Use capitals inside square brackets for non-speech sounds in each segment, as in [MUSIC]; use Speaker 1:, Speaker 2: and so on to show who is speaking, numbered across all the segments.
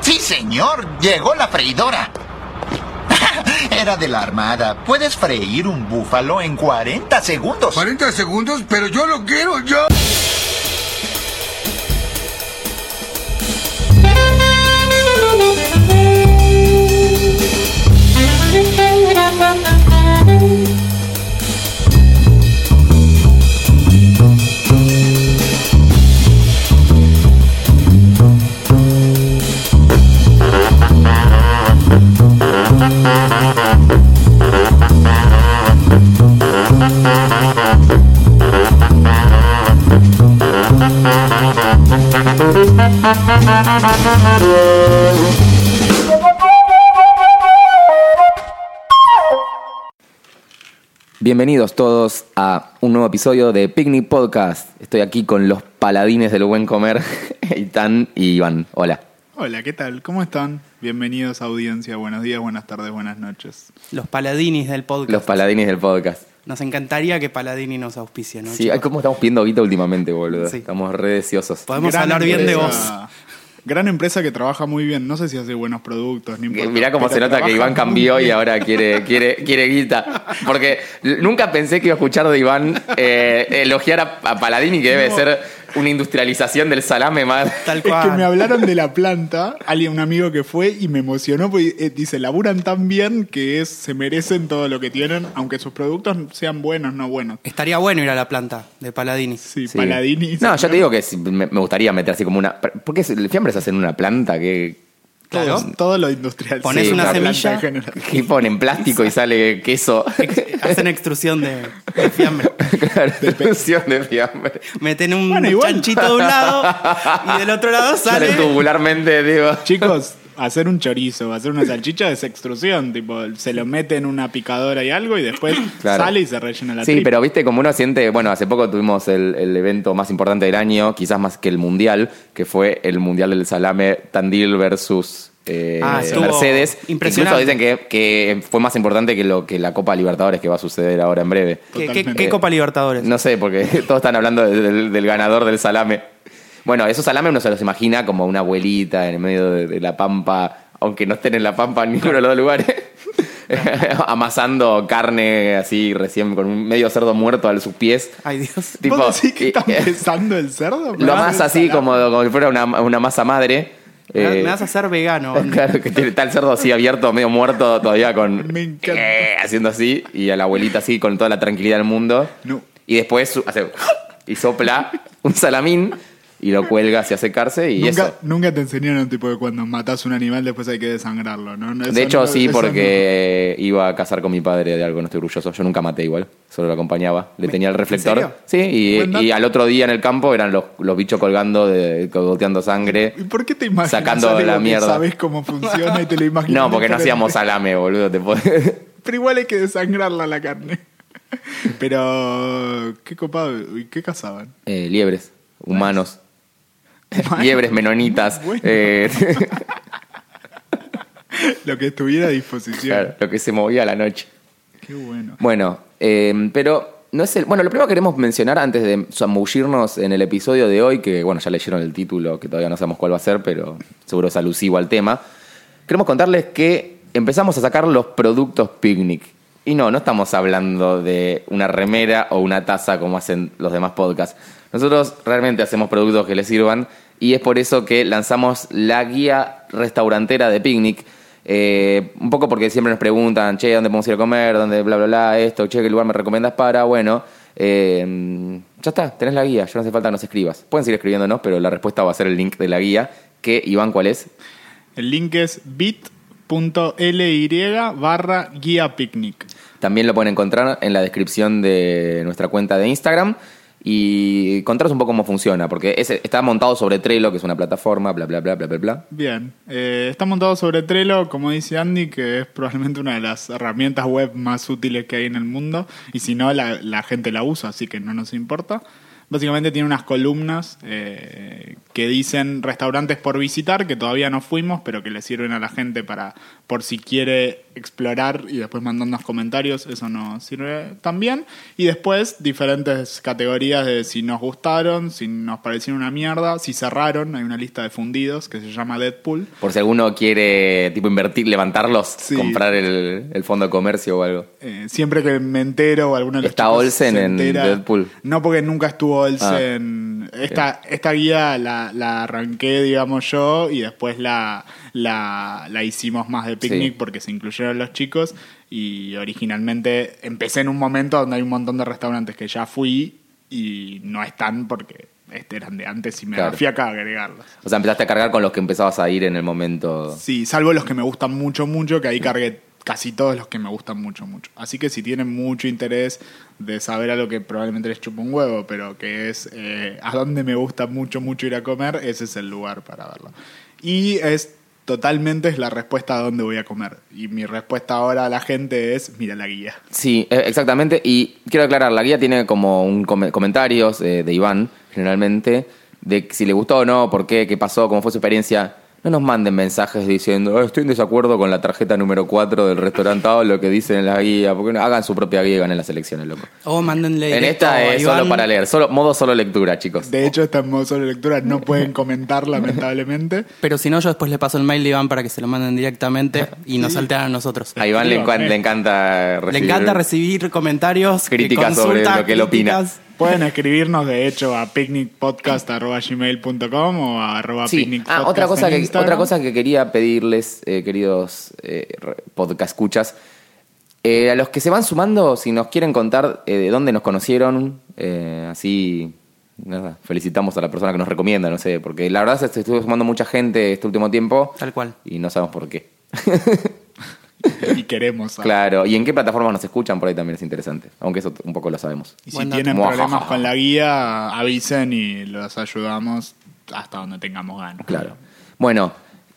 Speaker 1: Sí, señor, llegó la freidora. [LAUGHS] Era de la Armada. Puedes freír un búfalo en 40 segundos.
Speaker 2: 40 segundos, pero yo lo quiero ya.
Speaker 3: Bienvenidos todos a un nuevo episodio de Picnic Podcast. Estoy aquí con los paladines del buen comer, [LAUGHS] Eitan y Iván. Hola.
Speaker 4: Hola, ¿qué tal? ¿Cómo están? Bienvenidos a audiencia. Buenos días, buenas tardes, buenas noches.
Speaker 5: Los paladinis del podcast.
Speaker 3: Los paladines del podcast.
Speaker 5: Nos encantaría que Paladini nos auspicie, ¿no?
Speaker 3: Sí,
Speaker 5: chicos?
Speaker 3: ay, cómo estamos pidiendo guita últimamente, boludo.
Speaker 5: Sí.
Speaker 3: Estamos re deseosos.
Speaker 5: Podemos hablar bien de vos.
Speaker 4: empresa- Gran empresa que trabaja muy bien. No sé si hace buenos productos, ni importa.
Speaker 3: Mirá cómo
Speaker 4: pero
Speaker 3: se nota que
Speaker 4: trabaja
Speaker 3: Iván
Speaker 4: muy
Speaker 3: cambió y
Speaker 4: bien.
Speaker 3: ahora quiere, quiere, quiere guita. Porque l- nunca pensé que iba a escuchar de Iván eh, elogiar a, a Paladini, que debe
Speaker 4: No.
Speaker 3: ser una industrialización del salame más.
Speaker 5: Tal
Speaker 4: [LAUGHS] Es
Speaker 5: cual.
Speaker 4: que me hablaron de la planta, alguien, un amigo que fue y me emocionó porque eh, dice, laburan tan bien que es, se merecen todo lo que tienen, aunque sus productos sean buenos, no buenos.
Speaker 5: Estaría bueno ir a la planta de Paladini.
Speaker 4: Sí,
Speaker 3: Sí.
Speaker 4: Paladini.
Speaker 3: No, yo te digo que sí, me, me gustaría meter así como una. ¿Por qué se- siempre se hacen una planta que.
Speaker 4: Todo,
Speaker 5: Claro.
Speaker 4: todo lo industrial.
Speaker 5: Pones
Speaker 4: Sí,
Speaker 3: una
Speaker 4: la planta
Speaker 5: semilla.
Speaker 4: en general.
Speaker 3: que ponen plástico y sale queso?
Speaker 5: Hacen extrusión de, de fiambre.
Speaker 3: claro, extrusión de fiambre.
Speaker 5: Meten un
Speaker 4: Bueno, igual.
Speaker 5: chanchito de un lado y del otro lado
Speaker 3: Sale
Speaker 5: sale.
Speaker 3: tubularmente, digo.
Speaker 4: Chicos, hacer un chorizo, hacer una salchicha es extrusión, tipo, se lo mete en una picadora y algo y después
Speaker 3: [CLEARS THROAT] Claro.
Speaker 4: sale y se rellena la
Speaker 3: Sí,
Speaker 4: tripa. [LAUGHS]
Speaker 3: pero viste, como uno siente, bueno, hace poco tuvimos el, el evento más importante del año, quizás más que el mundial, que fue el mundial del salame Tandil versus eh,
Speaker 5: Ah, estuvo
Speaker 3: Mercedes.
Speaker 5: impresionante.
Speaker 3: Incluso dicen que, que fue más importante que lo que la Copa Libertadores que va a suceder ahora en breve.
Speaker 5: ¿Qué, qué-
Speaker 4: Totalmente.
Speaker 5: qué Copa Libertadores?
Speaker 3: No sé, porque [LAUGHS] todos están hablando de- del, del ganador del salame. Bueno, esos salames uno se los imagina como una abuelita en el medio de, de la pampa, aunque no estén en la pampa en ninguno de los dos lugares, [LAUGHS] amasando carne así recién con un medio cerdo muerto a sus pies.
Speaker 5: Ay, Dios.
Speaker 3: tipo,
Speaker 4: ¿Vos decís que
Speaker 3: y- eh,
Speaker 4: está pesando el cerdo?
Speaker 3: [LAUGHS] lo amasa así como, como si fuera una, una masa madre.
Speaker 5: Me vas-
Speaker 3: eh,
Speaker 5: me vas a hacer vegano.
Speaker 3: [LAUGHS] Claro, que tiene- está el cerdo así abierto, medio muerto todavía con...
Speaker 4: [LAUGHS] Me encanta.
Speaker 3: eh, haciendo así, y a la abuelita así con toda la tranquilidad del mundo.
Speaker 4: No.
Speaker 3: Y después su- hace... Y sopla un salamín y lo cuelga hacia secarse y
Speaker 4: Nunca,
Speaker 3: eso.
Speaker 4: nunca te enseñaron tipo que cuando matás un animal después hay que desangrarlo, ¿no? No, eso
Speaker 3: De hecho,
Speaker 4: no-
Speaker 3: sí,
Speaker 4: eso
Speaker 3: porque iba a casar con mi padre de algo, no estoy orgulloso. Yo nunca maté igual, solo lo acompañaba. Le tenía el
Speaker 5: serio?
Speaker 3: reflector. Sí,
Speaker 4: Buen
Speaker 3: y,
Speaker 4: dato.
Speaker 3: y al otro día en el campo eran los, los bichos colgando, de, goteando sangre.
Speaker 4: no- ¿Y por qué te imaginas
Speaker 3: Sacando
Speaker 4: algo
Speaker 3: la
Speaker 4: que
Speaker 3: mierda.
Speaker 4: sabes cómo funciona y te
Speaker 3: [LAUGHS]
Speaker 4: lo imaginas?
Speaker 3: No, porque no
Speaker 4: diferente?
Speaker 3: hacíamos salame, boludo. Te puedo- [LAUGHS]
Speaker 4: Pero igual hay que desangrarla la carne. Pero, qué copado, ¿y qué cazaban?
Speaker 3: Eh, liebres, humanos.
Speaker 4: Humanos.
Speaker 3: [LAUGHS] Liebres menonitas.
Speaker 4: Bueno.
Speaker 3: eh, [LAUGHS]
Speaker 4: Lo que estuviera a disposición.
Speaker 3: claro, lo que se movía a la noche.
Speaker 4: Qué bueno.
Speaker 3: Bueno, eh, pero no es el. Bueno, lo primero que queremos mencionar antes de zambullirnos en el episodio de hoy, que bueno, ya leyeron el título, que todavía no sabemos cuál va a ser, pero seguro es alusivo al tema. Queremos contarles que empezamos a sacar los productos picnic. Y no, no estamos hablando de una remera o una taza como hacen los demás podcasts. Nosotros realmente hacemos productos que les sirvan y es por eso que lanzamos la guía restaurantera de picnic. Eh, un poco porque siempre nos preguntan, che, ¿dónde podemos ir a comer? ¿Dónde bla, bla, bla? Esto, che, ¿qué lugar me recomiendas para? Bueno, eh, ya está, tenés la guía, ya no hace falta que nos escribas. Pueden seguir escribiéndonos, pero la respuesta va a ser el link de la guía. Que, Iván, ¿cuál es?
Speaker 4: El link es bit.ly barra guía picnic.
Speaker 3: También lo pueden encontrar en la descripción de nuestra cuenta de Instagram. Y contaros un poco cómo funciona, porque es- está montado sobre Trello, que es una plataforma, bla, bla, bla, bla, bla, bla.
Speaker 4: Bien, eh, está montado sobre Trello, como dice Andy, que es probablemente una de las herramientas web más útiles que hay en el mundo, y si no, la, la gente la usa, así que no nos importa. Básicamente tiene unas columnas eh, que dicen restaurantes por visitar, que todavía no fuimos, pero que le sirven a la gente para, por si quiere explorar y después mandarnos comentarios, eso nos sirve también. Y después diferentes categorías de si nos gustaron, si nos parecieron una mierda, si cerraron, hay una lista de fundidos que se llama Deadpool.
Speaker 3: Por si alguno quiere tipo invertir, levantarlos,
Speaker 4: Sí.
Speaker 3: comprar el, el fondo de comercio o algo.
Speaker 4: Eh, siempre que me entero o alguno de los
Speaker 3: Está
Speaker 4: chicos
Speaker 3: Olsen en Deadpool. Ah,
Speaker 4: No, porque nunca estuvo Olsen. esta, esta guía la, la arranqué, digamos yo, y después la, la, la hicimos más de picnic
Speaker 3: Sí.
Speaker 4: porque se incluyeron los chicos. Y originalmente empecé en un momento donde hay un montón de restaurantes que ya fui y no están porque este eran de antes y me
Speaker 3: Claro.
Speaker 4: fui acá a agregarlos.
Speaker 3: O sea, empezaste a cargar con los que empezabas a ir en el momento.
Speaker 4: Sí, salvo los que me gustan mucho, mucho, que ahí cargué casi todos los que me gustan mucho, mucho. Así que si tienen mucho interés de saber algo que probablemente les chupa un huevo, pero que es eh, a dónde me gusta mucho, mucho ir a comer, ese es el lugar para verlo. Y es totalmente es la respuesta a dónde voy a comer. Y mi respuesta ahora a la gente es, mira la guía.
Speaker 3: Sí, eh, exactamente. Y quiero aclarar, la guía tiene como un come- comentarios eh, de Iván, generalmente, de si le gustó o no, por qué, qué pasó, cómo fue su experiencia. No nos manden mensajes diciendo, "Oh, estoy en desacuerdo con la tarjeta número 4 del restaurante o lo que dicen en la guía, porque no, hagan su propia guía y ganen las elecciones, loco.
Speaker 5: O Oh, mándenle.
Speaker 3: En
Speaker 5: directo
Speaker 3: esta
Speaker 5: a
Speaker 3: es
Speaker 5: Eh, Iván.
Speaker 3: solo para leer, solo, modo solo lectura, chicos.
Speaker 4: De hecho, está en modo solo lectura, no pueden comentar lamentablemente.
Speaker 5: Pero si no, yo después le paso el mail de Iván para que se lo manden directamente y nos saltean a nosotros.
Speaker 3: A Iván le, encan-
Speaker 4: Sí.
Speaker 3: le encanta
Speaker 5: Le
Speaker 3: recibir.
Speaker 5: encanta recibir comentarios,
Speaker 3: Críticas sobre
Speaker 5: consultas,
Speaker 3: lo que él opina.
Speaker 5: críticas.
Speaker 4: Pueden escribirnos, de hecho, a picnicpodcast.gmail.com o a arroba
Speaker 3: Sí. Ah,
Speaker 4: picnicpodcast
Speaker 3: otra cosa,
Speaker 4: en
Speaker 3: que,
Speaker 4: Instagram.
Speaker 3: otra cosa que quería pedirles, eh, queridos eh, re- podcastcuchas, eh, a los que se van sumando, si nos quieren contar eh, de dónde nos conocieron, eh, así nada, felicitamos a la persona que nos recomienda, no sé, porque la verdad se se estuvo sumando mucha gente este último tiempo.
Speaker 5: Tal cual.
Speaker 3: Y no sabemos por qué.
Speaker 4: y queremos. saber.
Speaker 3: Claro, y en qué plataformas nos escuchan por ahí también es interesante, aunque eso t- un poco lo sabemos.
Speaker 4: Y si
Speaker 5: Buen dato.
Speaker 4: tienen
Speaker 3: Muajaja.
Speaker 4: problemas con la guía, avisen y los ayudamos hasta donde tengamos ganas.
Speaker 3: Claro. Bueno,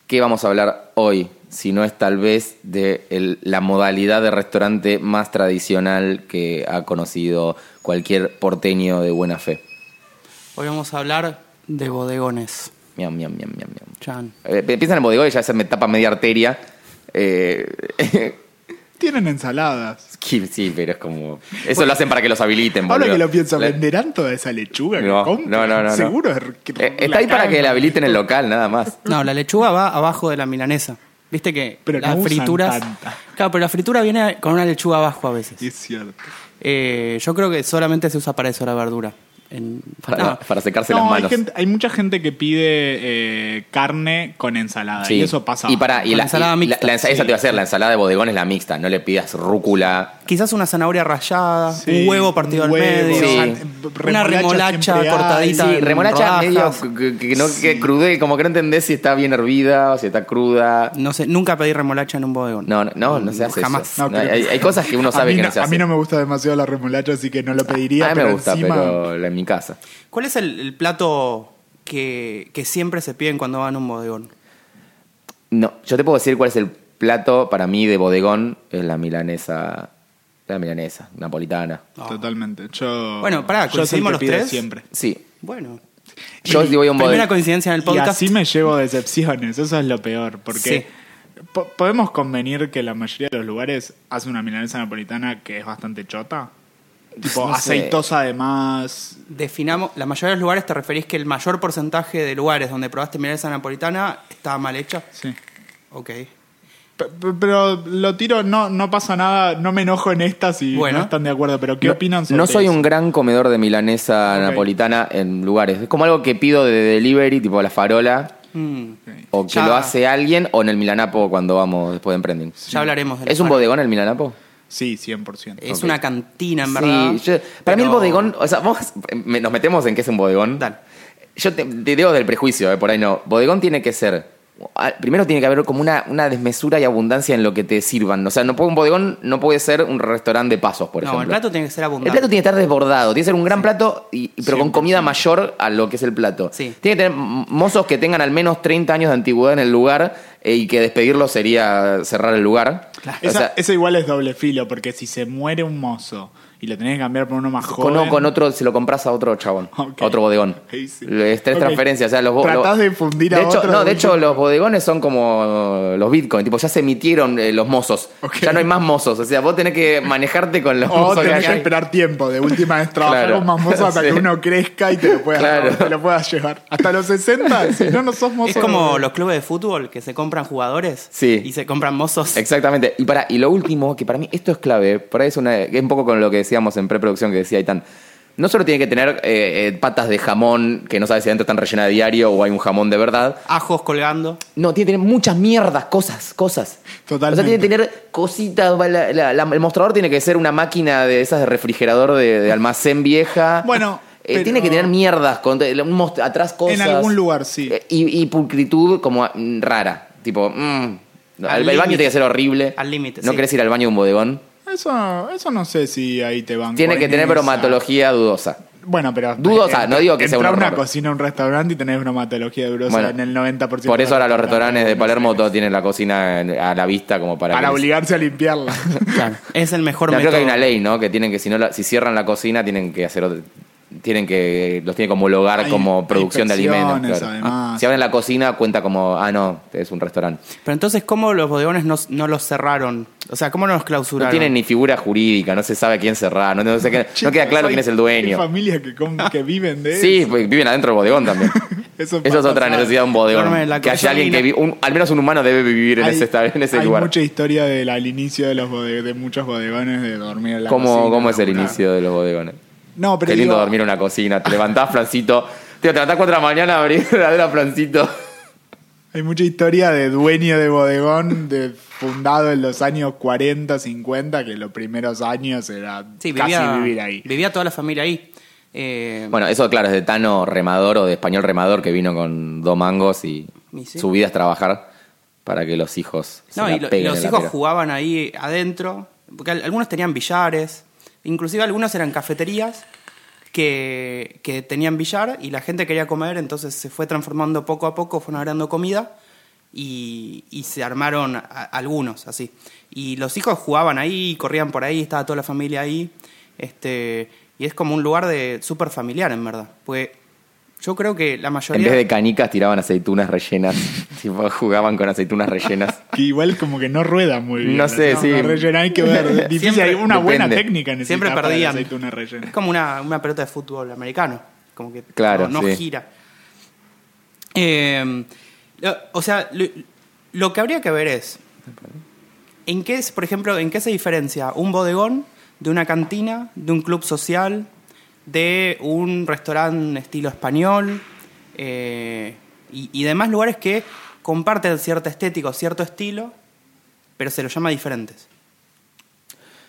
Speaker 3: ¿qué vamos a hablar hoy? Si no es tal vez de el- la modalidad de restaurante más tradicional que ha conocido cualquier porteño de buena fe.
Speaker 5: Hoy vamos a hablar de bodegones.
Speaker 3: Miam, miam, miam, miam, miam.
Speaker 5: Chan.
Speaker 3: Eh, pi- piensa en el bodegón y ya se me tapa media arteria. Eh, [LAUGHS]
Speaker 4: Tienen ensaladas.
Speaker 3: sí, sí, pero es como... Eso lo hacen para que los habiliten.
Speaker 4: Ahora
Speaker 3: boludo.
Speaker 4: que lo pienso,
Speaker 3: La-
Speaker 4: ¿venderán toda esa lechuga
Speaker 3: No,
Speaker 4: que compran?
Speaker 3: no, no, no, no.
Speaker 4: Seguro. es que-
Speaker 3: Eh, está ahí para
Speaker 4: carne.
Speaker 3: que le habiliten el local, nada más.
Speaker 5: No, la lechuga va abajo de la milanesa. Viste que
Speaker 4: Pero
Speaker 5: las
Speaker 4: no usan
Speaker 5: frituras.
Speaker 4: tanta.
Speaker 5: Claro, pero la fritura viene con una lechuga abajo a veces.
Speaker 4: Es cierto.
Speaker 5: Eh, yo creo que solamente se usa para eso la verdura. En-
Speaker 3: Para,
Speaker 5: No,
Speaker 3: para secarse las
Speaker 4: No, hay,
Speaker 3: manos.
Speaker 4: gente- hay mucha gente que pide eh, carne con ensalada
Speaker 3: Sí.
Speaker 4: Ah, y eso pasa.
Speaker 3: Y para y
Speaker 5: Con
Speaker 3: la
Speaker 5: ensalada
Speaker 3: y la-
Speaker 5: mixta.
Speaker 3: la ensa- Esa te va a hacer, la ensalada de bodegón es la mixta. No le pidas rúcula.
Speaker 5: Quizás una zanahoria rallada,
Speaker 4: Sí,
Speaker 5: un huevo partido
Speaker 4: un
Speaker 5: al
Speaker 4: huevo,
Speaker 5: medio,
Speaker 3: Sí.
Speaker 5: una remolacha
Speaker 4: siempre hay.
Speaker 5: cortadita.
Speaker 3: Sí,
Speaker 5: en
Speaker 3: remolacha medio
Speaker 5: rodajas.
Speaker 3: que, que no, que crude, como que no entendés si está bien hervida o si está cruda.
Speaker 5: No sé, nunca pedí remolacha en un bodegón.
Speaker 3: No, no, no, no se hace
Speaker 5: Jamás.
Speaker 3: eso. No,
Speaker 4: creo
Speaker 3: hay, hay cosas que uno
Speaker 4: A
Speaker 3: sabe
Speaker 4: mí
Speaker 3: que
Speaker 4: no-
Speaker 3: no, se
Speaker 4: A mí
Speaker 3: hace.
Speaker 4: no me gusta demasiado la remolacha, así que no lo pediría.
Speaker 3: a mí me
Speaker 4: pero
Speaker 3: gusta,
Speaker 4: encima-
Speaker 3: pero la- en mi casa.
Speaker 5: ¿Cuál es el, el plato que, que siempre se piden cuando van a un bodegón?
Speaker 3: No, yo te puedo decir cuál es el plato para mí de bodegón. Es la milanesa. La milanesa, napolitana.
Speaker 4: Totalmente. Yo,
Speaker 5: Bueno, pará,
Speaker 4: yo es el
Speaker 5: ¿coincidimos
Speaker 4: que
Speaker 5: los
Speaker 4: pido
Speaker 5: tres?
Speaker 4: Siempre.
Speaker 3: Sí.
Speaker 5: Bueno,
Speaker 3: Yo eh, si voy a un
Speaker 5: primera
Speaker 3: bodegón.
Speaker 5: coincidencia en el
Speaker 4: Y
Speaker 5: podcast.
Speaker 4: así me llevo decepciones, eso es lo peor, porque po- podemos convenir que la mayoría de los lugares hace una milanesa napolitana que es bastante chota. Tipo,
Speaker 3: No sé.
Speaker 4: aceitosa además.
Speaker 5: Definamos, la mayoría de los lugares te referís que el mayor porcentaje de lugares donde probaste milanesa napolitana estaba mal hecha.
Speaker 4: Sí.
Speaker 5: Ok.
Speaker 4: P- p- Pero lo tiro, no, no pasa nada, no me enojo en estas si
Speaker 5: Bueno.
Speaker 4: no están de acuerdo, pero ¿qué
Speaker 3: No-
Speaker 4: opinan sobre
Speaker 3: No soy
Speaker 4: eso?
Speaker 3: un gran comedor de milanesa
Speaker 4: Ok.
Speaker 3: napolitana en lugares. Es como algo que pido de delivery, tipo la farola,
Speaker 5: Mm.
Speaker 3: o que
Speaker 5: Ya.
Speaker 3: lo hace alguien, o en el Milanapo cuando vamos después de Emprending.
Speaker 5: Ya hablaremos del
Speaker 3: ¿Es un
Speaker 5: pan.
Speaker 3: bodegón el Milanapo?
Speaker 4: Sí, 100%.
Speaker 5: Es
Speaker 3: Ok.
Speaker 5: una cantina, en verdad.
Speaker 3: Sí, yo- para mí el
Speaker 5: pero-
Speaker 3: bodegón, o sea, vamos, me- nos metemos en qué es un bodegón.
Speaker 5: Dale.
Speaker 3: Yo te, te digo del prejuicio, eh, por ahí no. Bodegón tiene que ser. ah, Primero tiene que haber como una, una desmesura y abundancia en lo que te sirvan. O sea, no puede, un bodegón no puede ser un restaurante de pasos, por
Speaker 5: No,
Speaker 3: ejemplo.
Speaker 5: el plato tiene que ser abundante.
Speaker 3: El plato tiene que estar desbordado. Tiene que ser un gran plato, y, pero con comida mayor a lo que es el plato.
Speaker 5: Sí.
Speaker 3: Tiene que tener mozos que tengan al menos 30 años de antigüedad en el lugar eh, y que despedirlo sería cerrar el lugar. O
Speaker 4: Esa-
Speaker 3: sea,
Speaker 4: eso igual es doble filo, porque si se muere un mozo y lo tenés que cambiar por uno más
Speaker 3: con,
Speaker 4: joven.
Speaker 3: con
Speaker 4: [LAUGHS]
Speaker 3: otro, se lo compras a otro chabón,
Speaker 4: Ok.
Speaker 3: a otro bodegón.
Speaker 4: Ahí sí.
Speaker 3: Es tres
Speaker 4: Ok.
Speaker 3: transferencias. O sea, los bo-
Speaker 4: Tratás
Speaker 3: los-
Speaker 4: de infundir a
Speaker 3: de hecho,
Speaker 4: otro
Speaker 3: No,
Speaker 4: de
Speaker 3: de
Speaker 4: un-
Speaker 3: hecho, los bodegones son como los bitcoins. Tipo, ya se emitieron eh, los mozos.
Speaker 4: Ok.
Speaker 3: Ya no hay más mozos. O sea, vos tenés que manejarte con los
Speaker 4: O
Speaker 3: mozos que
Speaker 4: tenés que
Speaker 3: hay.
Speaker 4: esperar tiempo. De última es trabajar
Speaker 3: Claro.
Speaker 4: con más mozos hasta que
Speaker 3: [LAUGHS] Sí.
Speaker 4: uno crezca y te lo, puedas,
Speaker 3: Claro.
Speaker 4: [LAUGHS] te lo puedas llevar. Hasta los 60, si no, no sos mozo.
Speaker 5: Es como
Speaker 4: no-
Speaker 5: los clubes de fútbol que se compran jugadores
Speaker 3: Sí.
Speaker 5: y se compran mozos.
Speaker 3: Exactamente. Y para, y lo último, que para mí esto es clave, para es una, es un poco con lo que decíamos en preproducción que decía Aitán. No solo tiene que tener eh, eh, patas de jamón, que no sabes si adentro están rellenas de diario o hay un jamón de verdad.
Speaker 5: Ajos colgando.
Speaker 3: No, tiene que tener muchas mierdas, cosas, cosas.
Speaker 4: Totalmente.
Speaker 3: O sea, tiene que tener cositas. va, la- la- la- el mostrador tiene que ser una máquina de esas de refrigerador de, de almacén vieja.
Speaker 4: Bueno,
Speaker 3: Eh,
Speaker 4: pero-
Speaker 3: Tiene que tener mierdas, con, un most- atrás cosas.
Speaker 4: algún lugar, sí.
Speaker 3: Eh, y, y pulcritud como mm, rara. Tipo, mm, no,
Speaker 5: Al
Speaker 3: el, el baño
Speaker 5: límite.
Speaker 3: tiene que ser horrible.
Speaker 5: Al límite,
Speaker 3: No
Speaker 5: sí.
Speaker 3: querés ir al baño de un bodegón.
Speaker 4: Eso, eso no sé si ahí te van.
Speaker 3: Tiene que tener bromatología dudosa.
Speaker 4: Bueno, pero.
Speaker 3: Dudosa,
Speaker 4: eh,
Speaker 3: no digo que sea
Speaker 4: entra
Speaker 3: un
Speaker 4: una
Speaker 3: horror.
Speaker 4: cocina a un restaurante y tenés bromatología durosa
Speaker 3: Bueno,
Speaker 4: en el 90%.
Speaker 3: Por eso
Speaker 4: de
Speaker 3: ahora los
Speaker 4: restaurantes
Speaker 3: restaurantes de
Speaker 4: Buenos
Speaker 3: Palermo
Speaker 4: Aires.
Speaker 3: todos tienen la cocina en- a la vista como para...
Speaker 4: Para
Speaker 3: que-
Speaker 4: obligarse a limpiarla.
Speaker 5: Es el mejor
Speaker 3: No, creo
Speaker 5: método.
Speaker 3: que hay una ley, ¿no? Que tienen que, si no la- si cierran la cocina, tienen que hacer otro- tienen que los tiene como homologar
Speaker 4: Hay- hay
Speaker 3: como producción de alimentos.
Speaker 4: inspecciones,
Speaker 3: claro.
Speaker 4: además.
Speaker 3: Ah, si abren la cocina, cuenta como, ah, no, es un restaurante.
Speaker 5: Pero entonces, ¿cómo los bodegones no, no los cerraron? O sea, ¿cómo no los
Speaker 3: No
Speaker 5: clausuraron?
Speaker 3: tienen ni figura jurídica, no se sabe quién cerrar, no, no sé qué- [LAUGHS] no queda claro
Speaker 4: Hay-
Speaker 3: quién es el
Speaker 4: Hay
Speaker 3: dueño.
Speaker 4: familias que, com- que viven de
Speaker 3: [LAUGHS] Sí, pues, viven adentro del bodegón también.
Speaker 4: [LAUGHS] Eso
Speaker 3: Eso es
Speaker 4: pasa.
Speaker 3: otra necesidad de un
Speaker 5: Duermen en
Speaker 3: bodegón.
Speaker 5: la
Speaker 3: Que haya alguien que vi-
Speaker 5: cocina.
Speaker 3: un- al menos un humano debe vivir en
Speaker 4: Hay-
Speaker 3: ese, esta- en ese
Speaker 4: hay
Speaker 3: lugar.
Speaker 4: mucha historia del al inicio de los bode- de muchos bodegones de dormir en la
Speaker 3: ¿Cómo,
Speaker 4: cocina,
Speaker 3: cómo es el
Speaker 4: laburar.
Speaker 3: inicio de los bodegones?
Speaker 4: No, pero
Speaker 3: Qué lindo
Speaker 4: digo,
Speaker 3: dormir en una cocina. Te [LAUGHS] levantás, Francito. Tío, te levantás 4 de la mañana, abrís la heladera, Francito.
Speaker 4: Hay mucha historia de dueño de bodegón de fundado en los años 40, 50, que los primeros años era
Speaker 5: Sí,
Speaker 4: casi
Speaker 5: vivía,
Speaker 4: vivir ahí.
Speaker 5: Vivía toda la familia ahí. Eh,
Speaker 3: Bueno, eso, claro, es de Tano Remador o de Español Remador que vino con dos mangos y
Speaker 5: Y sí.
Speaker 3: su vida es trabajar para que los hijos se
Speaker 5: no,
Speaker 3: la
Speaker 5: y lo-
Speaker 3: peguen
Speaker 5: los
Speaker 3: en la
Speaker 5: hijos
Speaker 3: pera.
Speaker 5: jugaban ahí adentro. Porque al- algunos tenían billares. Inclusive algunos eran cafeterías que, que tenían billar y la gente quería comer, entonces se fue transformando poco a poco, fueron agregando comida y, y se armaron a- algunos así. Y los hijos jugaban ahí, corrían por ahí, estaba toda la familia ahí. Este, y es como un lugar de súper familiar, en verdad. Porque yo creo que la
Speaker 3: En
Speaker 5: mayoría...
Speaker 3: vez de canicas tiraban aceitunas rellenas. [LAUGHS] tipo, jugaban con aceitunas rellenas.
Speaker 4: Que igual como que no rueda muy bien.
Speaker 3: No
Speaker 4: la
Speaker 3: sé,
Speaker 4: aceituna
Speaker 3: sí.
Speaker 4: rellena, hay que ver.
Speaker 3: [LAUGHS]
Speaker 4: Difícil,
Speaker 5: Siempre-
Speaker 4: hay una buena
Speaker 3: Depende.
Speaker 4: técnica necesitas
Speaker 5: Siempre
Speaker 4: para la
Speaker 5: perdían.
Speaker 4: aceituna
Speaker 5: Es
Speaker 4: rellena.
Speaker 5: como una, una pelota de fútbol americano. Como que
Speaker 3: Claro,
Speaker 5: no, no
Speaker 3: sí.
Speaker 5: gira. Eh, lo- o sea, lo, lo que habría que ver es. ¿En qué es, por ejemplo, en qué se diferencia un bodegón de una cantina, de un club social, de un restaurante estilo español eh, y, y demás lugares que comparten cierta estética o cierto estilo, pero se los llama diferentes?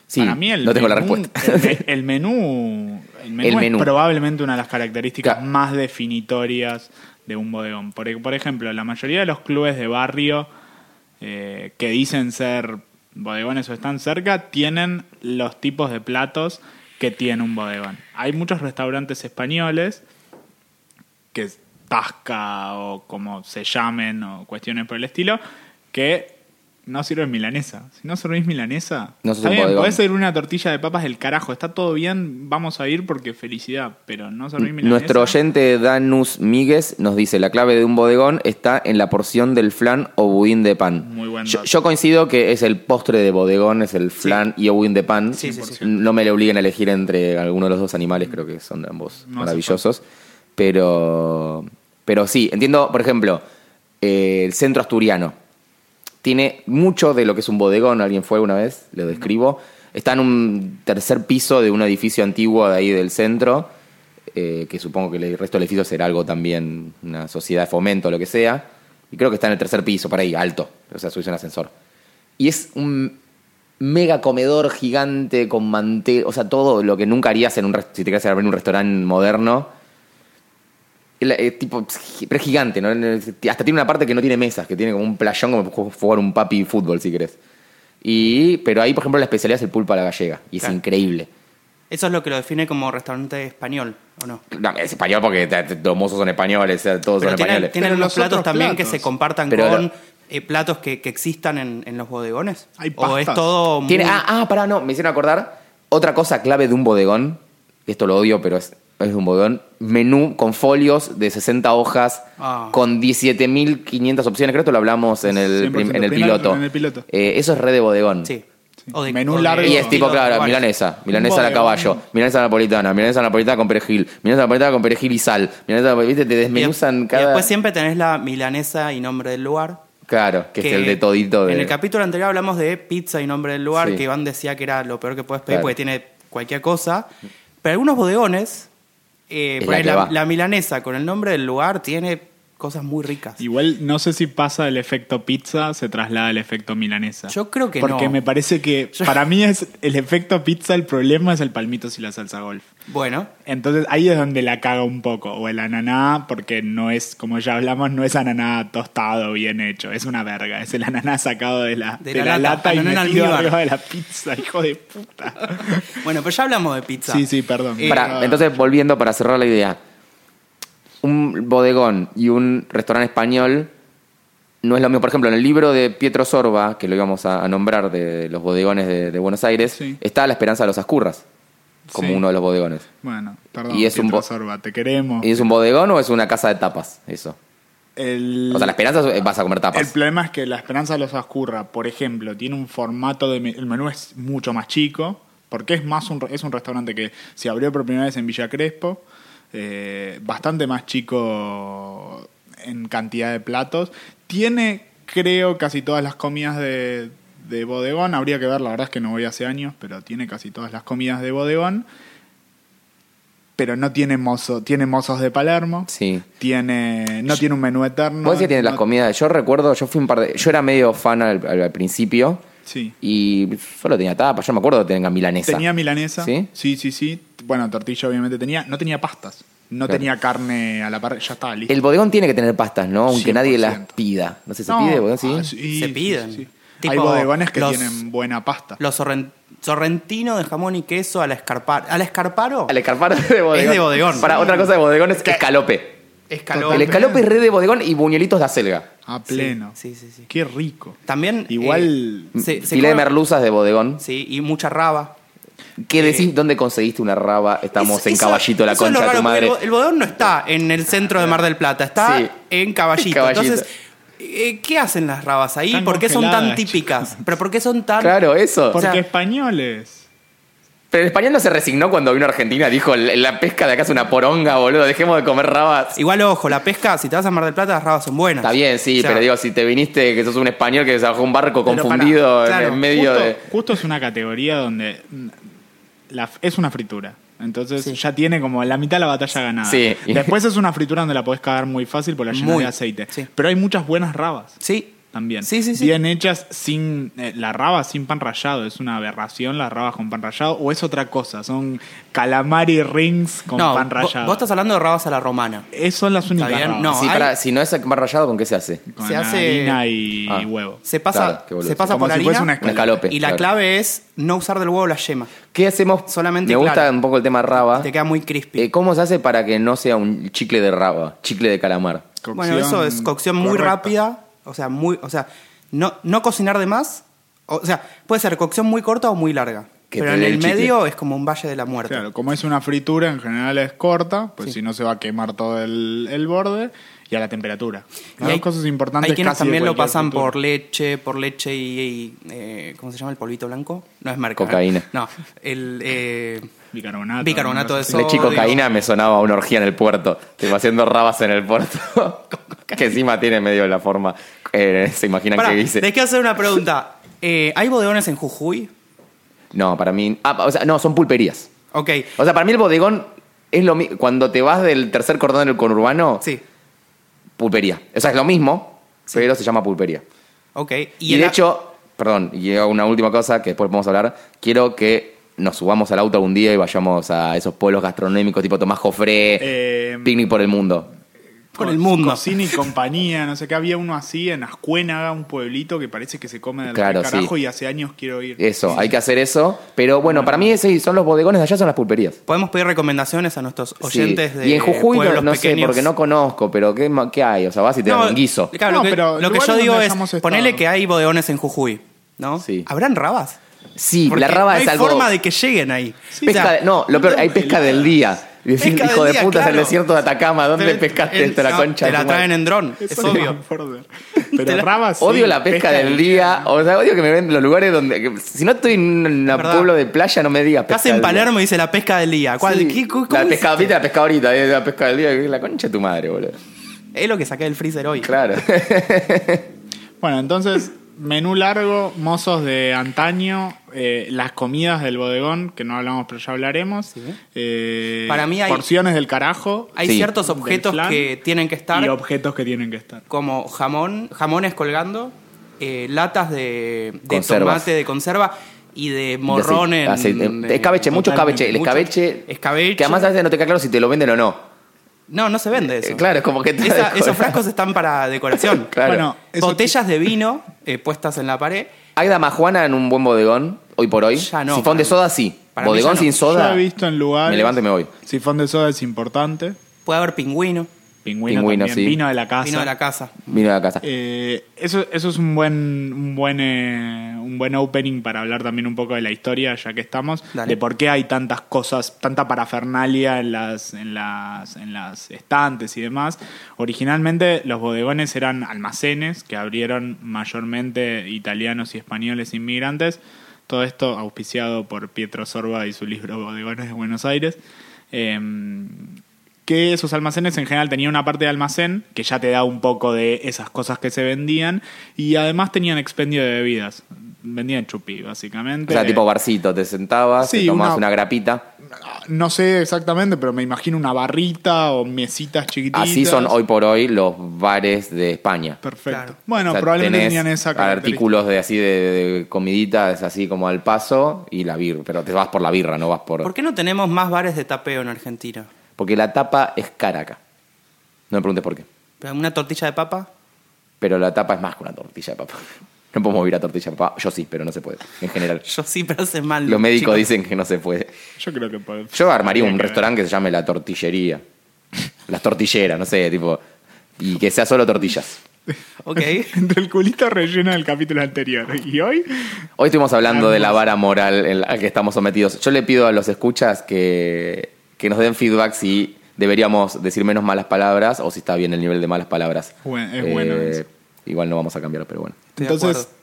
Speaker 3: Sí,
Speaker 4: Para mí el
Speaker 3: no tengo la
Speaker 4: menú-
Speaker 3: respuesta. [LAUGHS]
Speaker 4: El, el menú, el menú
Speaker 3: El
Speaker 4: es
Speaker 3: menú.
Speaker 4: probablemente una de las características
Speaker 3: Claro.
Speaker 4: más definitorias de un bodegón. Por, e- por ejemplo, la mayoría de los clubes de barrio eh, que dicen ser bodegones o están cerca tienen los tipos de platos que tiene un bodegón. Hay muchos restaurantes españoles que es tasca o como se llamen o cuestiones por el estilo, que no sirven milanesa. Si no servís milanesa,
Speaker 3: No sos
Speaker 4: está
Speaker 3: un
Speaker 4: bien,
Speaker 3: bodegón.
Speaker 4: podés servir una tortilla de papas del carajo, está todo bien, vamos a ir porque felicidad, pero no servís milanesa.
Speaker 3: Nuestro oyente Danus Míguez nos dice, la clave de un bodegón está en la porción del flan o budín de pan.
Speaker 4: Muy buen
Speaker 3: yo,
Speaker 4: dato.
Speaker 3: yo coincido que es el postre de bodegón, es el flan y o budín de pan.
Speaker 5: Sí, sí, sí.
Speaker 3: No me le obliguen a elegir entre alguno de los dos animales, creo que son ambos
Speaker 4: No hace
Speaker 3: maravillosos. Pero, pero sí, entiendo, por ejemplo, eh, el centro asturiano tiene mucho de lo que es un bodegón. Alguien fue una vez, lo describo. Está en un tercer piso de un edificio antiguo de ahí del centro, eh, que supongo que el resto del edificio será algo también, una sociedad de fomento, lo que sea. Y creo que está en el tercer piso, por ahí, alto. O sea, subís un ascensor. Y es un mega comedor gigante con mantel, o sea, todo lo que nunca harías en un rest- si te quieres abrir un restaurante moderno. El- eh, tipo, pero es gigante, ¿no? Hasta tiene una parte que no tiene mesas, que tiene como un playón como para jugar un papi fútbol, si querés. Y, pero ahí, por ejemplo, la especialidad es el pulpo a la gallega. Y es
Speaker 5: Claro.
Speaker 3: increíble.
Speaker 5: Eso es lo que lo define como restaurante español, ¿o no?
Speaker 3: No, es español porque te- te- los mozos son españoles, o sea, todos
Speaker 5: Pero
Speaker 3: son
Speaker 5: tienen,
Speaker 3: españoles.
Speaker 5: tienen
Speaker 4: Pero
Speaker 5: unos
Speaker 4: los
Speaker 5: platos
Speaker 4: otros
Speaker 5: también que
Speaker 4: platos.
Speaker 5: se compartan
Speaker 3: Pero
Speaker 5: con
Speaker 3: lo-
Speaker 5: eh, platos que, que existan en, en los bodegones?
Speaker 4: Hay
Speaker 5: ¿O es
Speaker 4: pastas.
Speaker 5: todo muy-
Speaker 3: Tiene, ah, ah, pará, no, me hicieron acordar. Otra cosa clave de un bodegón, que esto lo odio, pero es, es un bodegón, menú con folios de 60 hojas,
Speaker 5: Ah.
Speaker 3: con 17.500 opciones. Creo que esto lo hablamos en el,
Speaker 4: 100%
Speaker 3: prim- en el
Speaker 4: opinión,
Speaker 3: piloto.
Speaker 4: en el piloto.
Speaker 3: Eh, eso es re de bodegón.
Speaker 5: Sí.
Speaker 4: Menú largo.
Speaker 3: Y es tipo,
Speaker 5: estilo
Speaker 3: claro,
Speaker 5: de lugares.
Speaker 3: milanesa, milanesa
Speaker 4: Un
Speaker 3: a
Speaker 4: bodegón.
Speaker 3: caballo, milanesa napolitana, milanesa napolitana con perejil, milanesa napolitana con perejil y sal, milanesa napolitana- viste, te
Speaker 5: Y-
Speaker 3: desmenuzan
Speaker 5: y
Speaker 3: cada...
Speaker 5: después siempre tenés la milanesa y nombre del lugar.
Speaker 3: Claro, que, es el de todito. De...
Speaker 5: En el capítulo anterior hablamos de pizza y nombre del lugar,
Speaker 3: Sí.
Speaker 5: que Iván decía que era lo peor que puedes pedir
Speaker 3: Claro.
Speaker 5: porque tiene cualquier cosa. Pero algunos bodegones, eh,
Speaker 3: Es
Speaker 5: por
Speaker 3: la
Speaker 5: ahí
Speaker 3: que
Speaker 5: la,
Speaker 3: va.
Speaker 5: la milanesa con el nombre del lugar tiene cosas muy ricas.
Speaker 4: Igual no sé si pasa el efecto pizza, se traslada al efecto milanesa.
Speaker 5: Yo creo que
Speaker 4: Porque
Speaker 5: no.
Speaker 4: me parece que
Speaker 5: [LAUGHS] Yo-
Speaker 4: para mí es el efecto pizza, el problema es el palmitos y la salsa golf.
Speaker 5: Bueno,
Speaker 4: Entonces ahí es donde la caga un poco. O el ananá, porque no es, como ya hablamos, no es ananá tostado bien hecho. Es una verga. Es el ananá sacado de la,
Speaker 5: De
Speaker 4: de
Speaker 5: la
Speaker 4: la
Speaker 5: lata,
Speaker 4: lata, y
Speaker 5: ananá en
Speaker 4: metido
Speaker 5: almíbar.
Speaker 4: arriba de la pizza, hijo de puta.
Speaker 5: bueno, pero ya hablamos de pizza.
Speaker 4: sí, sí, perdón.
Speaker 5: Eh,
Speaker 3: Pará, entonces, volviendo para cerrar la idea. Un bodegón y un restaurante español no es lo mismo. Por ejemplo, en el libro de Pietro Sorba, que lo íbamos a, a nombrar de los bodegones de, de Buenos Aires,
Speaker 4: Sí.
Speaker 3: está La Esperanza de los Ascurras como
Speaker 4: Sí.
Speaker 3: uno de los bodegones.
Speaker 4: Bueno, perdón.
Speaker 3: Y es un
Speaker 4: Pietro
Speaker 3: bo-
Speaker 4: Sorba, te queremos.
Speaker 3: ¿Y es un bodegón o es una casa de tapas? Eso.
Speaker 4: El-
Speaker 3: O sea, La Esperanza eh, vas a comer
Speaker 4: El
Speaker 3: tapas.
Speaker 4: problema es que la Esperanza de los Ascurra, por ejemplo, tiene un formato de... me- El menú es mucho más chico, porque es más un, re- es un restaurante que se abrió por primera vez en Villa Crespo, eh, bastante más chico en cantidad de platos. Tiene, creo, casi todas las comidas de, de bodegón. Habría que ver, la verdad es que no voy hace años, pero tiene casi todas las comidas de bodegón. Pero no tiene mozo, tiene mozos de Palermo.
Speaker 3: Sí.
Speaker 4: Tiene, no tiene un menú eterno.
Speaker 3: Vos decís que tiene las
Speaker 4: no-
Speaker 3: comidas. Yo recuerdo, yo fui un par de. Yo era medio fan al, al- al principio
Speaker 4: Sí.
Speaker 3: y solo tenía tapas. Yo me acuerdo que tenía milanesa.
Speaker 4: Tenía milanesa.
Speaker 3: ¿Sí?
Speaker 4: ¿Sí? sí, sí, Bueno, tortilla obviamente tenía. No tenía pastas. No
Speaker 3: Claro.
Speaker 4: tenía carne a la parrilla. Ya está, listo.
Speaker 3: El bodegón tiene que tener pastas, ¿no? Aunque nadie las
Speaker 4: 100%.
Speaker 3: pida. No sé, ¿se
Speaker 4: No,
Speaker 3: pide bodegón? Sí.
Speaker 4: ah, sí,
Speaker 5: Se
Speaker 4: sí,
Speaker 5: piden.
Speaker 4: sí, sí.
Speaker 5: Tipo,
Speaker 4: Hay bodegones que
Speaker 5: los-
Speaker 4: tienen buena pasta.
Speaker 5: Los sorren- sorrentinos de jamón y queso a la escarparo. ¿A la escarparo?
Speaker 3: El escarpar de bodegón.
Speaker 5: de bodegón.
Speaker 3: Para otra cosa de bodegón es escalope.
Speaker 5: Escalón.
Speaker 3: El escalope es re de bodegón y buñuelitos de acelga.
Speaker 4: A pleno.
Speaker 5: sí, sí, sí.
Speaker 4: Qué rico.
Speaker 5: También.
Speaker 4: Igual-
Speaker 5: eh, se- se
Speaker 3: Filé de
Speaker 5: come-
Speaker 3: merluzas de bodegón.
Speaker 5: Sí, y mucha raba.
Speaker 3: ¿Qué decís? ¿Dónde conseguiste una raba? Estamos
Speaker 5: Eso-
Speaker 3: en
Speaker 5: eso-
Speaker 3: caballito la
Speaker 5: eso es lo
Speaker 3: concha de tu
Speaker 5: raro, porque
Speaker 3: madre.
Speaker 5: El, bo- el bodegón no está en el centro de Mar del Plata, está
Speaker 3: Sí.
Speaker 5: en
Speaker 3: [LAUGHS]
Speaker 5: caballito.
Speaker 3: Caballito.
Speaker 5: Entonces, eh, ¿qué hacen las rabas ahí?
Speaker 4: Están
Speaker 5: ¿Por qué son tan
Speaker 4: congeladas,
Speaker 5: típicas?
Speaker 4: [LAUGHS]
Speaker 5: ¿Pero por qué son tan.?
Speaker 3: Claro, eso.
Speaker 4: Porque
Speaker 5: sea-
Speaker 4: españoles.
Speaker 3: Pero el español no se resignó cuando vino a Argentina. Dijo, la pesca de acá es una poronga, boludo. Dejemos de comer rabas.
Speaker 5: Igual, ojo, la pesca, si te vas a Mar del Plata, las rabas son buenas.
Speaker 3: Está bien, sí,
Speaker 5: O sea,
Speaker 3: pero digo, si te viniste, que sos un español que se bajó un barco
Speaker 5: Pero pará,
Speaker 3: confundido en-
Speaker 5: claro,
Speaker 3: en medio
Speaker 4: justo,
Speaker 3: de...
Speaker 4: justo es una categoría donde mm, la, es una fritura. Entonces
Speaker 5: Sí.
Speaker 4: ya tiene como la mitad de la batalla ganada.
Speaker 3: Sí.
Speaker 4: Después es una fritura donde la podés cagar muy fácil por la llenas
Speaker 5: Muy,
Speaker 4: de aceite.
Speaker 5: sí.
Speaker 4: Pero hay muchas buenas rabas.
Speaker 5: Sí.
Speaker 4: También.
Speaker 5: Sí, sí, sí.
Speaker 4: Bien hechas sin. eh, la raba sin pan rallado. Es una aberración las rabas con pan rallado. O es otra cosa. Son calamari rings con
Speaker 5: no,
Speaker 4: pan
Speaker 5: vo-
Speaker 4: rallado.
Speaker 5: vos estás hablando de rabas a la romana.
Speaker 4: Esas son las únicas
Speaker 5: bien?
Speaker 4: rabas.
Speaker 5: No,
Speaker 3: Sí,
Speaker 5: hay-
Speaker 3: pará, si no es más rayado, ¿con qué se hace?
Speaker 4: Con
Speaker 5: se hace-
Speaker 4: harina y
Speaker 3: Ah.
Speaker 4: huevo.
Speaker 5: Se pasa,
Speaker 3: Claro, qué boludo.
Speaker 5: se pasa
Speaker 4: Como
Speaker 5: por
Speaker 4: si
Speaker 5: harina
Speaker 4: fuese una
Speaker 3: Un escalope.
Speaker 5: y la
Speaker 3: claro.
Speaker 5: clave es no usar del huevo la yema.
Speaker 3: ¿Qué hacemos?
Speaker 5: Solamente
Speaker 3: Me gusta
Speaker 5: claro.
Speaker 3: un poco el tema raba.
Speaker 5: Te queda muy crispy.
Speaker 3: Eh, ¿Cómo se hace para que no sea un chicle de raba, chicle de calamar?
Speaker 5: Bueno, eso es cocción muy
Speaker 4: correcta.
Speaker 5: rápida, o sea, muy, o sea, no, no cocinar de más, o sea, puede ser cocción muy corta o muy larga.
Speaker 3: Que
Speaker 5: pero
Speaker 3: te
Speaker 5: en
Speaker 3: dé
Speaker 5: el,
Speaker 3: el chicle.
Speaker 5: medio es como un valle de la muerte.
Speaker 4: Claro, como es una fritura, en general es corta, pues si no se va a quemar todo el, el borde y a la temperatura.
Speaker 5: Y
Speaker 4: Las dos cosas importantes
Speaker 5: Hay quienes
Speaker 4: casi de
Speaker 5: también lo
Speaker 4: cualquier
Speaker 5: pasan
Speaker 4: fritura.
Speaker 5: por leche, por leche y, y, eh, ¿cómo se llama el polvito blanco? No es marca. ¿eh?
Speaker 3: Cocaína.
Speaker 5: No, el eh,
Speaker 4: bicarbonato.
Speaker 5: bicarbonato de
Speaker 4: eso.
Speaker 5: sodio.
Speaker 3: Leche y cocaína me sonaba a una orgía en el puerto. Tipo, haciendo rabas en el puerto. [LAUGHS] que encima tiene medio la forma. eh, se imaginan
Speaker 5: Pará,
Speaker 3: que dice.
Speaker 5: les quiero hacer una pregunta. Eh, ¿Hay bodegones en Jujuy?
Speaker 3: No, para mí. Ah, pa- o sea, no, son pulperías.
Speaker 5: Ok,
Speaker 3: O sea, para mí el bodegón es lo mismo. Cuando te vas del tercer cordón del conurbano,
Speaker 5: sí,
Speaker 3: pulpería. O sea, es lo mismo, pero se llama pulpería.
Speaker 5: ok.
Speaker 3: Y,
Speaker 5: en
Speaker 3: de
Speaker 5: la-
Speaker 3: hecho, perdón, y hago una última cosa que después podemos hablar. Quiero que nos subamos al auto un día y vayamos a esos pueblos gastronómicos tipo Tomás Jofré,
Speaker 4: Eh,
Speaker 3: Picnic por el Mundo.
Speaker 5: Con el mundo.
Speaker 4: Cocina y compañía, no sé qué. Había uno así en Ascuénaga, un pueblito que parece que se come del
Speaker 3: Claro,
Speaker 4: re carajo
Speaker 3: sí.
Speaker 4: y hace años quiero ir.
Speaker 3: Eso, hay que hacer eso. Pero bueno, para mí ese son los bodegones de allá, son las pulperías.
Speaker 5: Podemos pedir recomendaciones a nuestros
Speaker 3: Sí.
Speaker 5: oyentes de
Speaker 3: y en Jujuy no- no,
Speaker 5: pueblos
Speaker 3: sé,
Speaker 5: pequeños.
Speaker 3: porque no conozco, pero ¿qué, ma- qué hay? O sea, vas y te
Speaker 5: No,
Speaker 3: dan un guiso.
Speaker 5: claro,
Speaker 4: No,
Speaker 5: lo que,
Speaker 4: pero
Speaker 5: lo que yo
Speaker 4: lugares
Speaker 5: digo
Speaker 4: donde
Speaker 5: es,
Speaker 4: hayamos estado.
Speaker 5: ponele que hay bodegones en Jujuy, ¿no?
Speaker 3: Sí.
Speaker 5: ¿Habrán rabas?
Speaker 3: Sí,
Speaker 5: Porque
Speaker 3: la raba
Speaker 5: no
Speaker 3: es
Speaker 5: hay
Speaker 3: algo.
Speaker 5: forma de que lleguen ahí.
Speaker 4: Sí,
Speaker 3: pesca
Speaker 5: O sea,
Speaker 3: de- no, lo peor, hay pesca del día. Y decís,
Speaker 5: Pesca del
Speaker 3: hijo de
Speaker 5: día,
Speaker 3: puta, es el
Speaker 5: claro.
Speaker 3: desierto de Atacama, ¿dónde
Speaker 5: te-
Speaker 3: pescaste
Speaker 5: el-
Speaker 3: esto, la
Speaker 5: no,
Speaker 3: concha? de
Speaker 5: Te la
Speaker 3: tu madre?
Speaker 5: traen en dron, es
Speaker 4: Eso
Speaker 5: obvio.
Speaker 4: no
Speaker 5: [LAUGHS]
Speaker 4: importa.
Speaker 5: Te
Speaker 4: Pero
Speaker 5: la-
Speaker 4: Raba sí,
Speaker 3: Odio la pesca, del día. O sea, odio que me ven los lugares donde. que- si no estoy en un
Speaker 5: Verdad.
Speaker 3: pueblo de playa, no me digas pesca.
Speaker 5: Estás en
Speaker 3: del día.
Speaker 5: Palermo y dice la pesca del día. ¿Cuál-
Speaker 3: Sí,
Speaker 5: qué- cómo
Speaker 3: la
Speaker 5: es?
Speaker 3: pesca, viste la pesca ahorita, eh, la pesca del día, que es la concha de tu madre, boludo.
Speaker 5: Es lo que saqué del freezer hoy.
Speaker 3: Claro.
Speaker 4: Bueno, entonces, menú largo, mozos de antaño, eh, las comidas del bodegón, que no hablamos, pero ya hablaremos. eh,
Speaker 5: Para mí hay-
Speaker 4: Porciones del carajo.
Speaker 5: Hay
Speaker 3: Sí.
Speaker 5: ciertos
Speaker 4: del
Speaker 5: objetos
Speaker 4: flan
Speaker 5: que tienen que estar,
Speaker 4: Y objetos que tienen que estar.
Speaker 5: como jamón, jamones colgando, eh, latas de, de
Speaker 3: Conservas.
Speaker 5: tomate de conserva y de [LAUGHS] morrón en-
Speaker 3: Aceite,
Speaker 5: en-
Speaker 3: escabeche, eh, mucho
Speaker 5: totalmente,
Speaker 3: escabeche. El
Speaker 5: mucho
Speaker 3: escabeche.
Speaker 5: escabeche.
Speaker 3: Que además a veces no te queda claro si te lo venden o no.
Speaker 5: No, no se vende eso.
Speaker 3: Eh, claro, es como que te-
Speaker 5: Esa- esos frascos están para decoración.
Speaker 3: [LAUGHS] Claro.
Speaker 4: Bueno, eso-
Speaker 5: Botellas de vino eh, puestas en la pared.
Speaker 3: Agda Majuana en un buen bodegón, hoy por hoy.
Speaker 5: Ya no,
Speaker 3: Sifón
Speaker 5: para
Speaker 3: de
Speaker 5: mí.
Speaker 3: soda, sí.
Speaker 5: Para mí
Speaker 3: bodegón
Speaker 5: ya no.
Speaker 3: sin soda.
Speaker 4: Yo he visto en lugares.
Speaker 3: Me levanto y me voy.
Speaker 4: Sifón de soda es importante.
Speaker 5: Puede haber pingüino,
Speaker 4: Pingüino,
Speaker 3: Pingüino,
Speaker 4: también.
Speaker 3: sí.
Speaker 4: Vino de la casa.
Speaker 5: vino de la casa.
Speaker 3: Vino de la casa.
Speaker 4: Eh, eso, eso es un buen, un buen, eh, un buen opening para hablar también un poco de la historia, ya que estamos,
Speaker 5: Dale.
Speaker 4: de por qué hay tantas cosas, tanta parafernalia en las, en las, en las estantes y demás. Originalmente los bodegones eran almacenes que abrieron mayormente italianos y españoles inmigrantes. Todo esto auspiciado por Pietro Sorba y su libro Bodegones de Buenos Aires. Em, que esos almacenes en general tenían una parte de almacén que ya te da un poco de esas cosas que se vendían y además tenían expendio de bebidas. Vendían chupi,
Speaker 3: o
Speaker 4: básicamente.
Speaker 3: sea, tipo barcito, te sentabas,
Speaker 4: eh, Sí,
Speaker 3: te tomabas una,
Speaker 4: una-
Speaker 3: grapita.
Speaker 4: No sé exactamente, pero me imagino una barrita o mesitas chiquititas.
Speaker 3: Así son hoy por hoy los bares de España.
Speaker 4: Perfecto.
Speaker 5: Claro.
Speaker 4: Bueno,
Speaker 3: O sea,
Speaker 4: probablemente
Speaker 3: tenés
Speaker 4: tenían esa característica.
Speaker 3: artículos de así de, de comiditas así como al paso y la birra, pero te vas por la birra, no vas por,
Speaker 5: ¿Por qué no tenemos más bares de tapeo en Argentina?
Speaker 3: porque la tapa es cara acá. No me preguntes por qué,
Speaker 5: ¿Pero ¿Una tortilla de papa?
Speaker 3: pero la tapa es más que una tortilla de papa. [LAUGHS] No podemos vivir a tortilla de papa. Yo sí, pero no se puede en general.
Speaker 5: Yo sí, pero hace mal.
Speaker 3: Los médicos
Speaker 5: chicos.
Speaker 3: dicen que no se puede.
Speaker 4: Yo creo que puede.
Speaker 3: Yo armaría un
Speaker 4: Tendría que
Speaker 3: restaurante que se llame La Tortillería. Las tortilleras, no sé, tipo. Y que sea solo tortillas.
Speaker 5: Ok.
Speaker 4: ver. [LAUGHS] Entre el culito relleno del capítulo anterior y hoy,
Speaker 3: Hoy estuvimos hablando de la vara moral en la que estamos sometidos. Yo le pido a los escuchas que, que nos den feedback si deberíamos decir menos malas palabras o si está bien el nivel de malas palabras. Eh,
Speaker 4: Buen- es bueno eso.
Speaker 3: Igual no vamos a cambiar, pero bueno.
Speaker 5: Estoy de
Speaker 4: Entonces,
Speaker 5: acuerdo.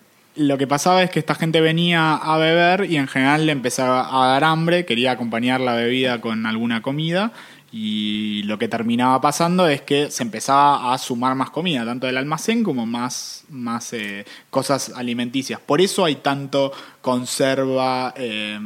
Speaker 4: lo que pasaba es que esta gente venía a beber y en general le empezaba a dar hambre, quería acompañar la bebida con alguna comida y lo que terminaba pasando es que se empezaba a sumar más comida, tanto del almacén como más, más eh, cosas alimenticias. Por eso hay tanto conserva, eh,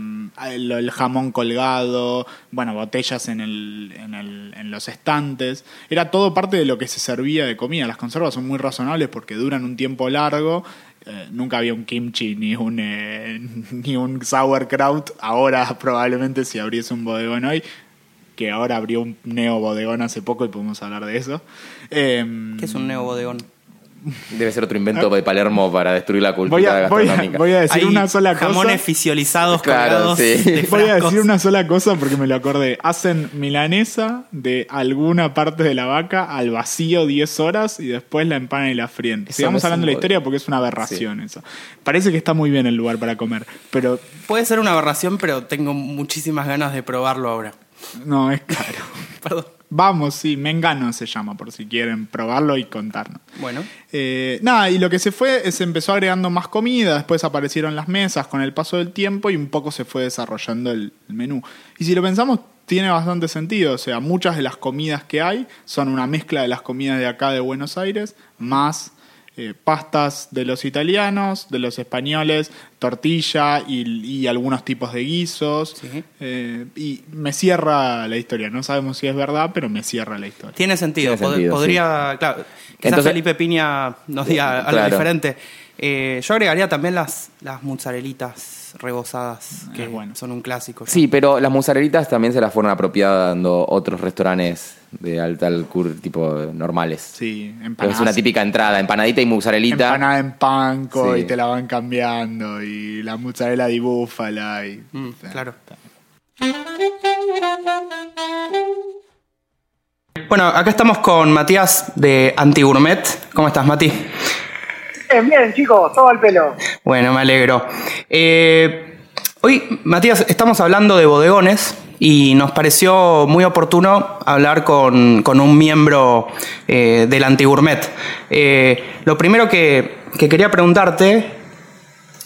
Speaker 4: el, el jamón colgado, bueno, botellas en, el, en, el- en los estantes. Era todo parte de lo que se servía de comida. Las conservas son muy razonables porque duran un tiempo largo. Eh, nunca había un kimchi ni un, eh, [LAUGHS] ni un sauerkraut. Ahora probablemente si abriese un bodegón hoy, que ahora abrió un neo bodegón hace poco y podemos hablar de eso. Em,
Speaker 5: ¿Qué es un nuevo bodegón?
Speaker 3: Debe ser otro invento de Palermo para destruir la
Speaker 4: Ah. voy,
Speaker 3: cultura
Speaker 4: a, voy, a,
Speaker 3: gastronómica.
Speaker 4: voy a decir
Speaker 5: Hay
Speaker 4: una sola cosa.
Speaker 5: Jamones fisiolizados
Speaker 3: Claro,
Speaker 5: colgados
Speaker 3: sí.
Speaker 5: de
Speaker 4: Voy a
Speaker 5: frascos.
Speaker 4: decir una sola cosa porque me lo acordé. Hacen milanesa de alguna parte de la vaca al vacío 10 horas y después la empanan y la fríen.
Speaker 3: Eso no
Speaker 4: Sigamos
Speaker 3: es
Speaker 4: hablando de
Speaker 3: un
Speaker 4: la historia
Speaker 3: bodegón.
Speaker 4: porque es una aberración eso. Parece que está muy bien el lugar para comer, pero
Speaker 5: Puede ser una aberración, pero tengo muchísimas ganas de
Speaker 3: [LAUGHS]
Speaker 5: probarlo ahora.
Speaker 4: no es caro.
Speaker 5: Perdón.
Speaker 4: Vamos, sí, Mengano se llama por si quieren probarlo y contarnos.
Speaker 5: Bueno.
Speaker 4: Eh, nada, y lo que se fue, eh, se empezó agregando más comida, después aparecieron las mesas con el paso del tiempo y un poco se fue desarrollando el, el menú. Y si lo pensamos, tiene bastante sentido, o sea, muchas de las comidas que hay son una mezcla de las comidas de acá de Buenos Aires, más eh, pastas de los italianos, de los españoles, tortilla y, y algunos tipos de guisos.
Speaker 5: Sí.
Speaker 4: Eh, y me cierra la historia, no sabemos si es verdad, pero me cierra la historia.
Speaker 5: Tiene sentido.
Speaker 3: Tiene
Speaker 5: pod-
Speaker 3: sentido,
Speaker 5: podría, claro, quizás
Speaker 3: Entonces-
Speaker 5: Felipe Piña nos diga algo
Speaker 3: Claro.
Speaker 5: diferente. Eh, yo agregaría también las, las mozzarelitas rebozadas, que
Speaker 4: Ah, bueno.
Speaker 5: son un clásico.
Speaker 3: Sí, pero las mozzarelitas también se las fueron apropiando otros restaurantes de alta alcur tipo normales.
Speaker 4: Sí,
Speaker 3: Pero
Speaker 4: empanadas.
Speaker 3: es una típica entrada, empanadita y mozzarellita.
Speaker 4: Empanada en panco
Speaker 3: Sí.
Speaker 4: y te la van cambiando y la mozzarella de búfala y...
Speaker 5: Mm, claro. Bueno, acá estamos con Matías de Antiguurmet. ¿Cómo estás, Mati?
Speaker 6: Bien, bien, chicos, todo al pelo.
Speaker 5: Bueno, me alegro. Eh, hoy, Matías, estamos hablando de bodegones y nos pareció muy oportuno hablar con, con un miembro eh, del Antiguurmet. Eh, lo primero que, que quería preguntarte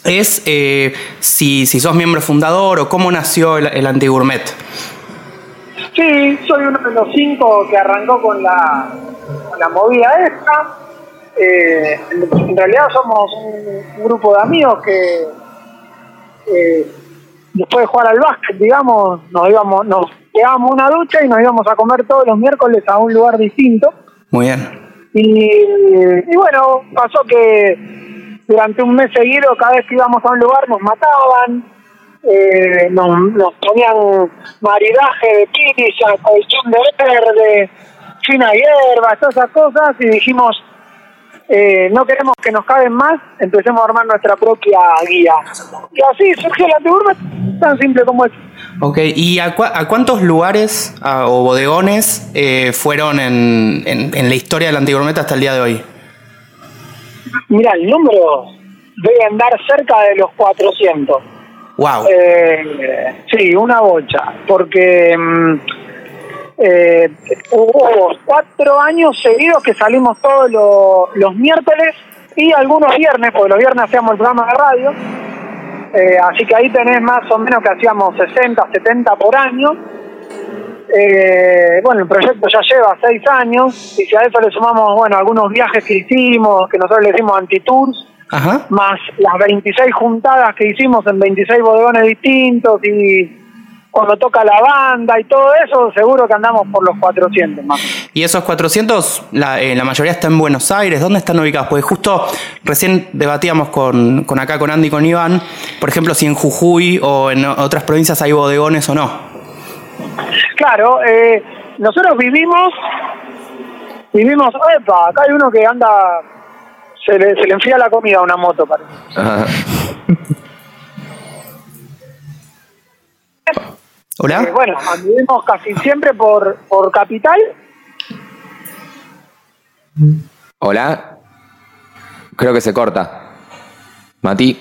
Speaker 5: es eh, si, si sos miembro fundador o cómo nació el, el Antiguurmet.
Speaker 6: Sí, soy uno de los cinco que arrancó con la, con la movida esta. Eh, en realidad somos un, un grupo de amigos que eh, después de jugar al básquet, digamos, nos íbamos, nos pegábamos una ducha y nos íbamos a comer todos los miércoles a un lugar distinto.
Speaker 5: Muy bien.
Speaker 6: Y, y bueno, pasó que durante un mes seguido, cada vez que íbamos a un lugar, nos mataban, eh, nos, nos ponían maridaje de pizza, colchón de verde, fina hierba, todas esas cosas, y dijimos, eh, no queremos que nos caben más, empecemos a armar nuestra propia guía. Y así surgió la turba, tan simple como es.
Speaker 5: Ok, ¿y a, cua- a cuántos lugares ah, o bodegones eh, fueron en, en- en la historia del Antiguurmet hasta el día de hoy?
Speaker 6: Mira, el número debe andar cerca de los 400.
Speaker 5: ¡Wow!
Speaker 6: Eh, sí, una bocha, porque mm, eh, hubo cuatro años seguidos que salimos todos lo- los miércoles y algunos viernes, porque los viernes hacíamos el programa de radio, Eh, así que ahí tenés más o menos que hacíamos 60, 70 por año. Eh, bueno, el proyecto ya lleva seis años y si a eso le sumamos, bueno, algunos viajes que hicimos, que nosotros le decimos antitours,
Speaker 5: Ajá.
Speaker 6: más las 26 juntadas que hicimos en 26 bodegones distintos y cuando toca la banda y todo eso, seguro que andamos por los 400 más.
Speaker 5: Y esos 400, la, eh, la mayoría está en Buenos Aires. ¿Dónde están ubicados? Porque justo recién debatíamos con, con acá, con Andy y con Iván, por ejemplo, si en Jujuy o en otras provincias hay bodegones o no.
Speaker 6: Claro, eh, nosotros vivimos, vivimos, epa, acá hay uno que anda, se le, se le enfría la comida a una moto, parece.
Speaker 3: [LAUGHS] Ajá.
Speaker 6: Eh,
Speaker 5: ¿Hola?
Speaker 6: Eh, bueno, anduvimos casi siempre por, por Capital,
Speaker 3: Hola. Creo que se corta. Mati.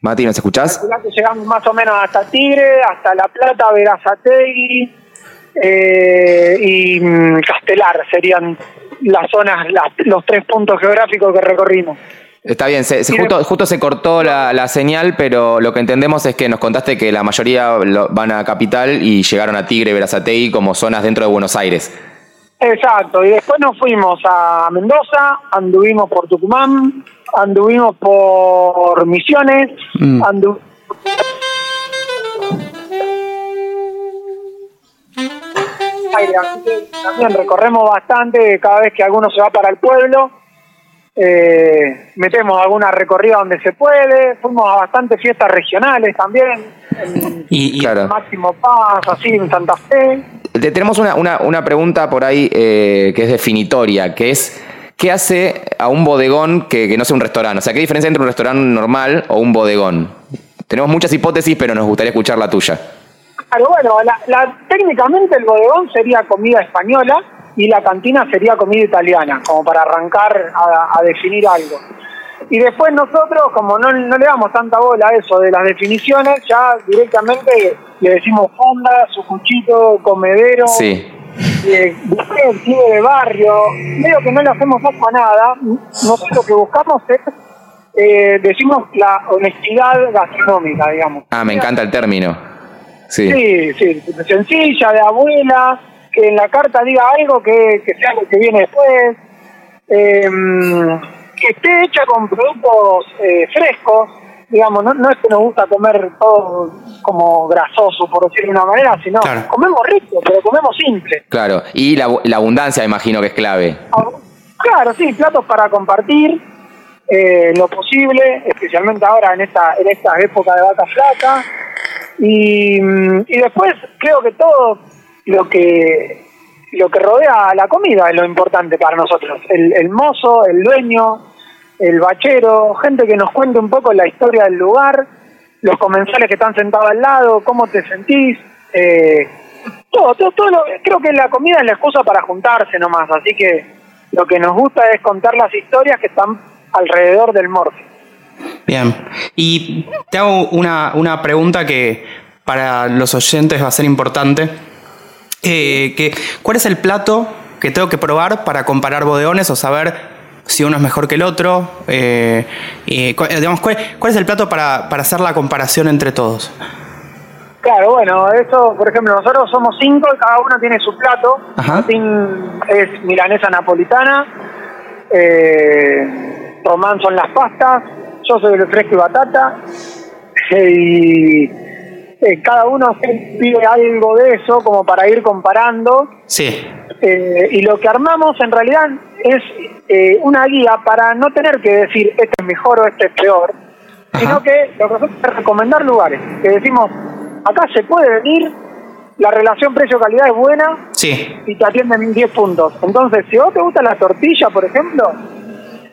Speaker 3: Mati, ¿nos escuchás?
Speaker 6: mirá que llegamos más o menos hasta Tigre, hasta La Plata, Verazategui eh, y mm, Castelar serían las zonas, las- los tres puntos geográficos que recorrimos.
Speaker 3: Está bien, se- se
Speaker 6: Sí,
Speaker 3: justo, justo se cortó la, la señal, pero lo que entendemos es que nos contaste que la mayoría lo- van a Capital y llegaron a Tigre, Verazatei como zonas dentro de Buenos Aires.
Speaker 6: Exacto, y después nos fuimos a Mendoza, anduvimos por Tucumán, anduvimos por Misiones,
Speaker 5: Mm.
Speaker 6: andu- Ay, así que También recorremos bastante, cada vez que alguno se va para el pueblo, eh, metemos alguna recorrida donde se puede, fuimos a bastantes fiestas regionales también, en
Speaker 5: Y, y-
Speaker 3: Claro.
Speaker 6: Máximo Paz, así en Santa Fe.
Speaker 3: Te- tenemos una, una- una pregunta por ahí eh, que es definitoria, que es, ¿qué hace a un bodegón que, que no sea un restaurante? O sea, ¿qué diferencia entre un restaurante normal o un bodegón? Tenemos muchas hipótesis, pero nos gustaría escuchar la tuya.
Speaker 6: Claro, bueno, la, la- técnicamente el bodegón sería comida española y la cantina sería comida italiana, como para arrancar a, a definir algo. Y después nosotros, como no, no le damos tanta bola a eso de las definiciones, ya directamente le decimos fonda, sucuchito, comedero,
Speaker 3: Sí.
Speaker 6: eh, buffet, cine de barrio, medio que no le hacemos poco a nada. Nosotros lo que buscamos es, eh, decimos, la honestidad gastronómica, digamos.
Speaker 3: Ah, me encanta el término. Sí.
Speaker 6: Sí, sí, sencilla, de abuela, que en la carta diga algo que, que sea lo que viene después, em, que esté hecha con productos eh, frescos, digamos, no, no es que nos gusta comer todo como grasoso, por decirlo de una manera, sino
Speaker 5: Claro.
Speaker 6: comemos rico, pero comemos simple.
Speaker 3: Claro. Y la, la abundancia, me imagino que es clave.
Speaker 6: Claro, sí, platos para compartir, eh, lo posible, especialmente ahora en esta en esta época de vaca flaca. Y, mm, y después creo que todo lo que lo que rodea a la comida es lo importante para nosotros. El, el mozo, el dueño, el bachero, gente que nos cuente un poco la historia del lugar, los comensales que están sentados al lado, cómo te sentís. eh, todo, todo, todo lo- creo que la comida es la excusa para juntarse nomás. Así que lo que nos gusta es contar las historias que están alrededor del morfe.
Speaker 5: Bien. Y te hago una, una pregunta que para los oyentes va a ser importante. Eh, que, ¿Cuál es el plato que tengo que probar para comparar bodeones o saber si uno es mejor que el otro? Eh, eh, cu- eh, digamos, ¿cuál, cuál es el plato para, para hacer la comparación entre todos?
Speaker 6: Claro, bueno, eso, por ejemplo, nosotros somos cinco y cada uno tiene su plato.
Speaker 5: Ajá.
Speaker 6: Martín es milanesa napolitana, eh, Román son las pastas, yo soy el fresco y batata, [LAUGHS] eh, y eh, cada uno se pide algo de eso como para ir comparando.
Speaker 5: Sí.
Speaker 6: Eh, y lo que armamos en realidad es eh, una guía para no tener que decir este es mejor o este es peor, sino que lo que hacemos es recomendar lugares, que decimos, acá se puede venir, la relación precio-calidad es buena
Speaker 5: Sí.
Speaker 6: y te atienden en 10 puntos. Entonces, si a vos te gusta la tortilla, por ejemplo,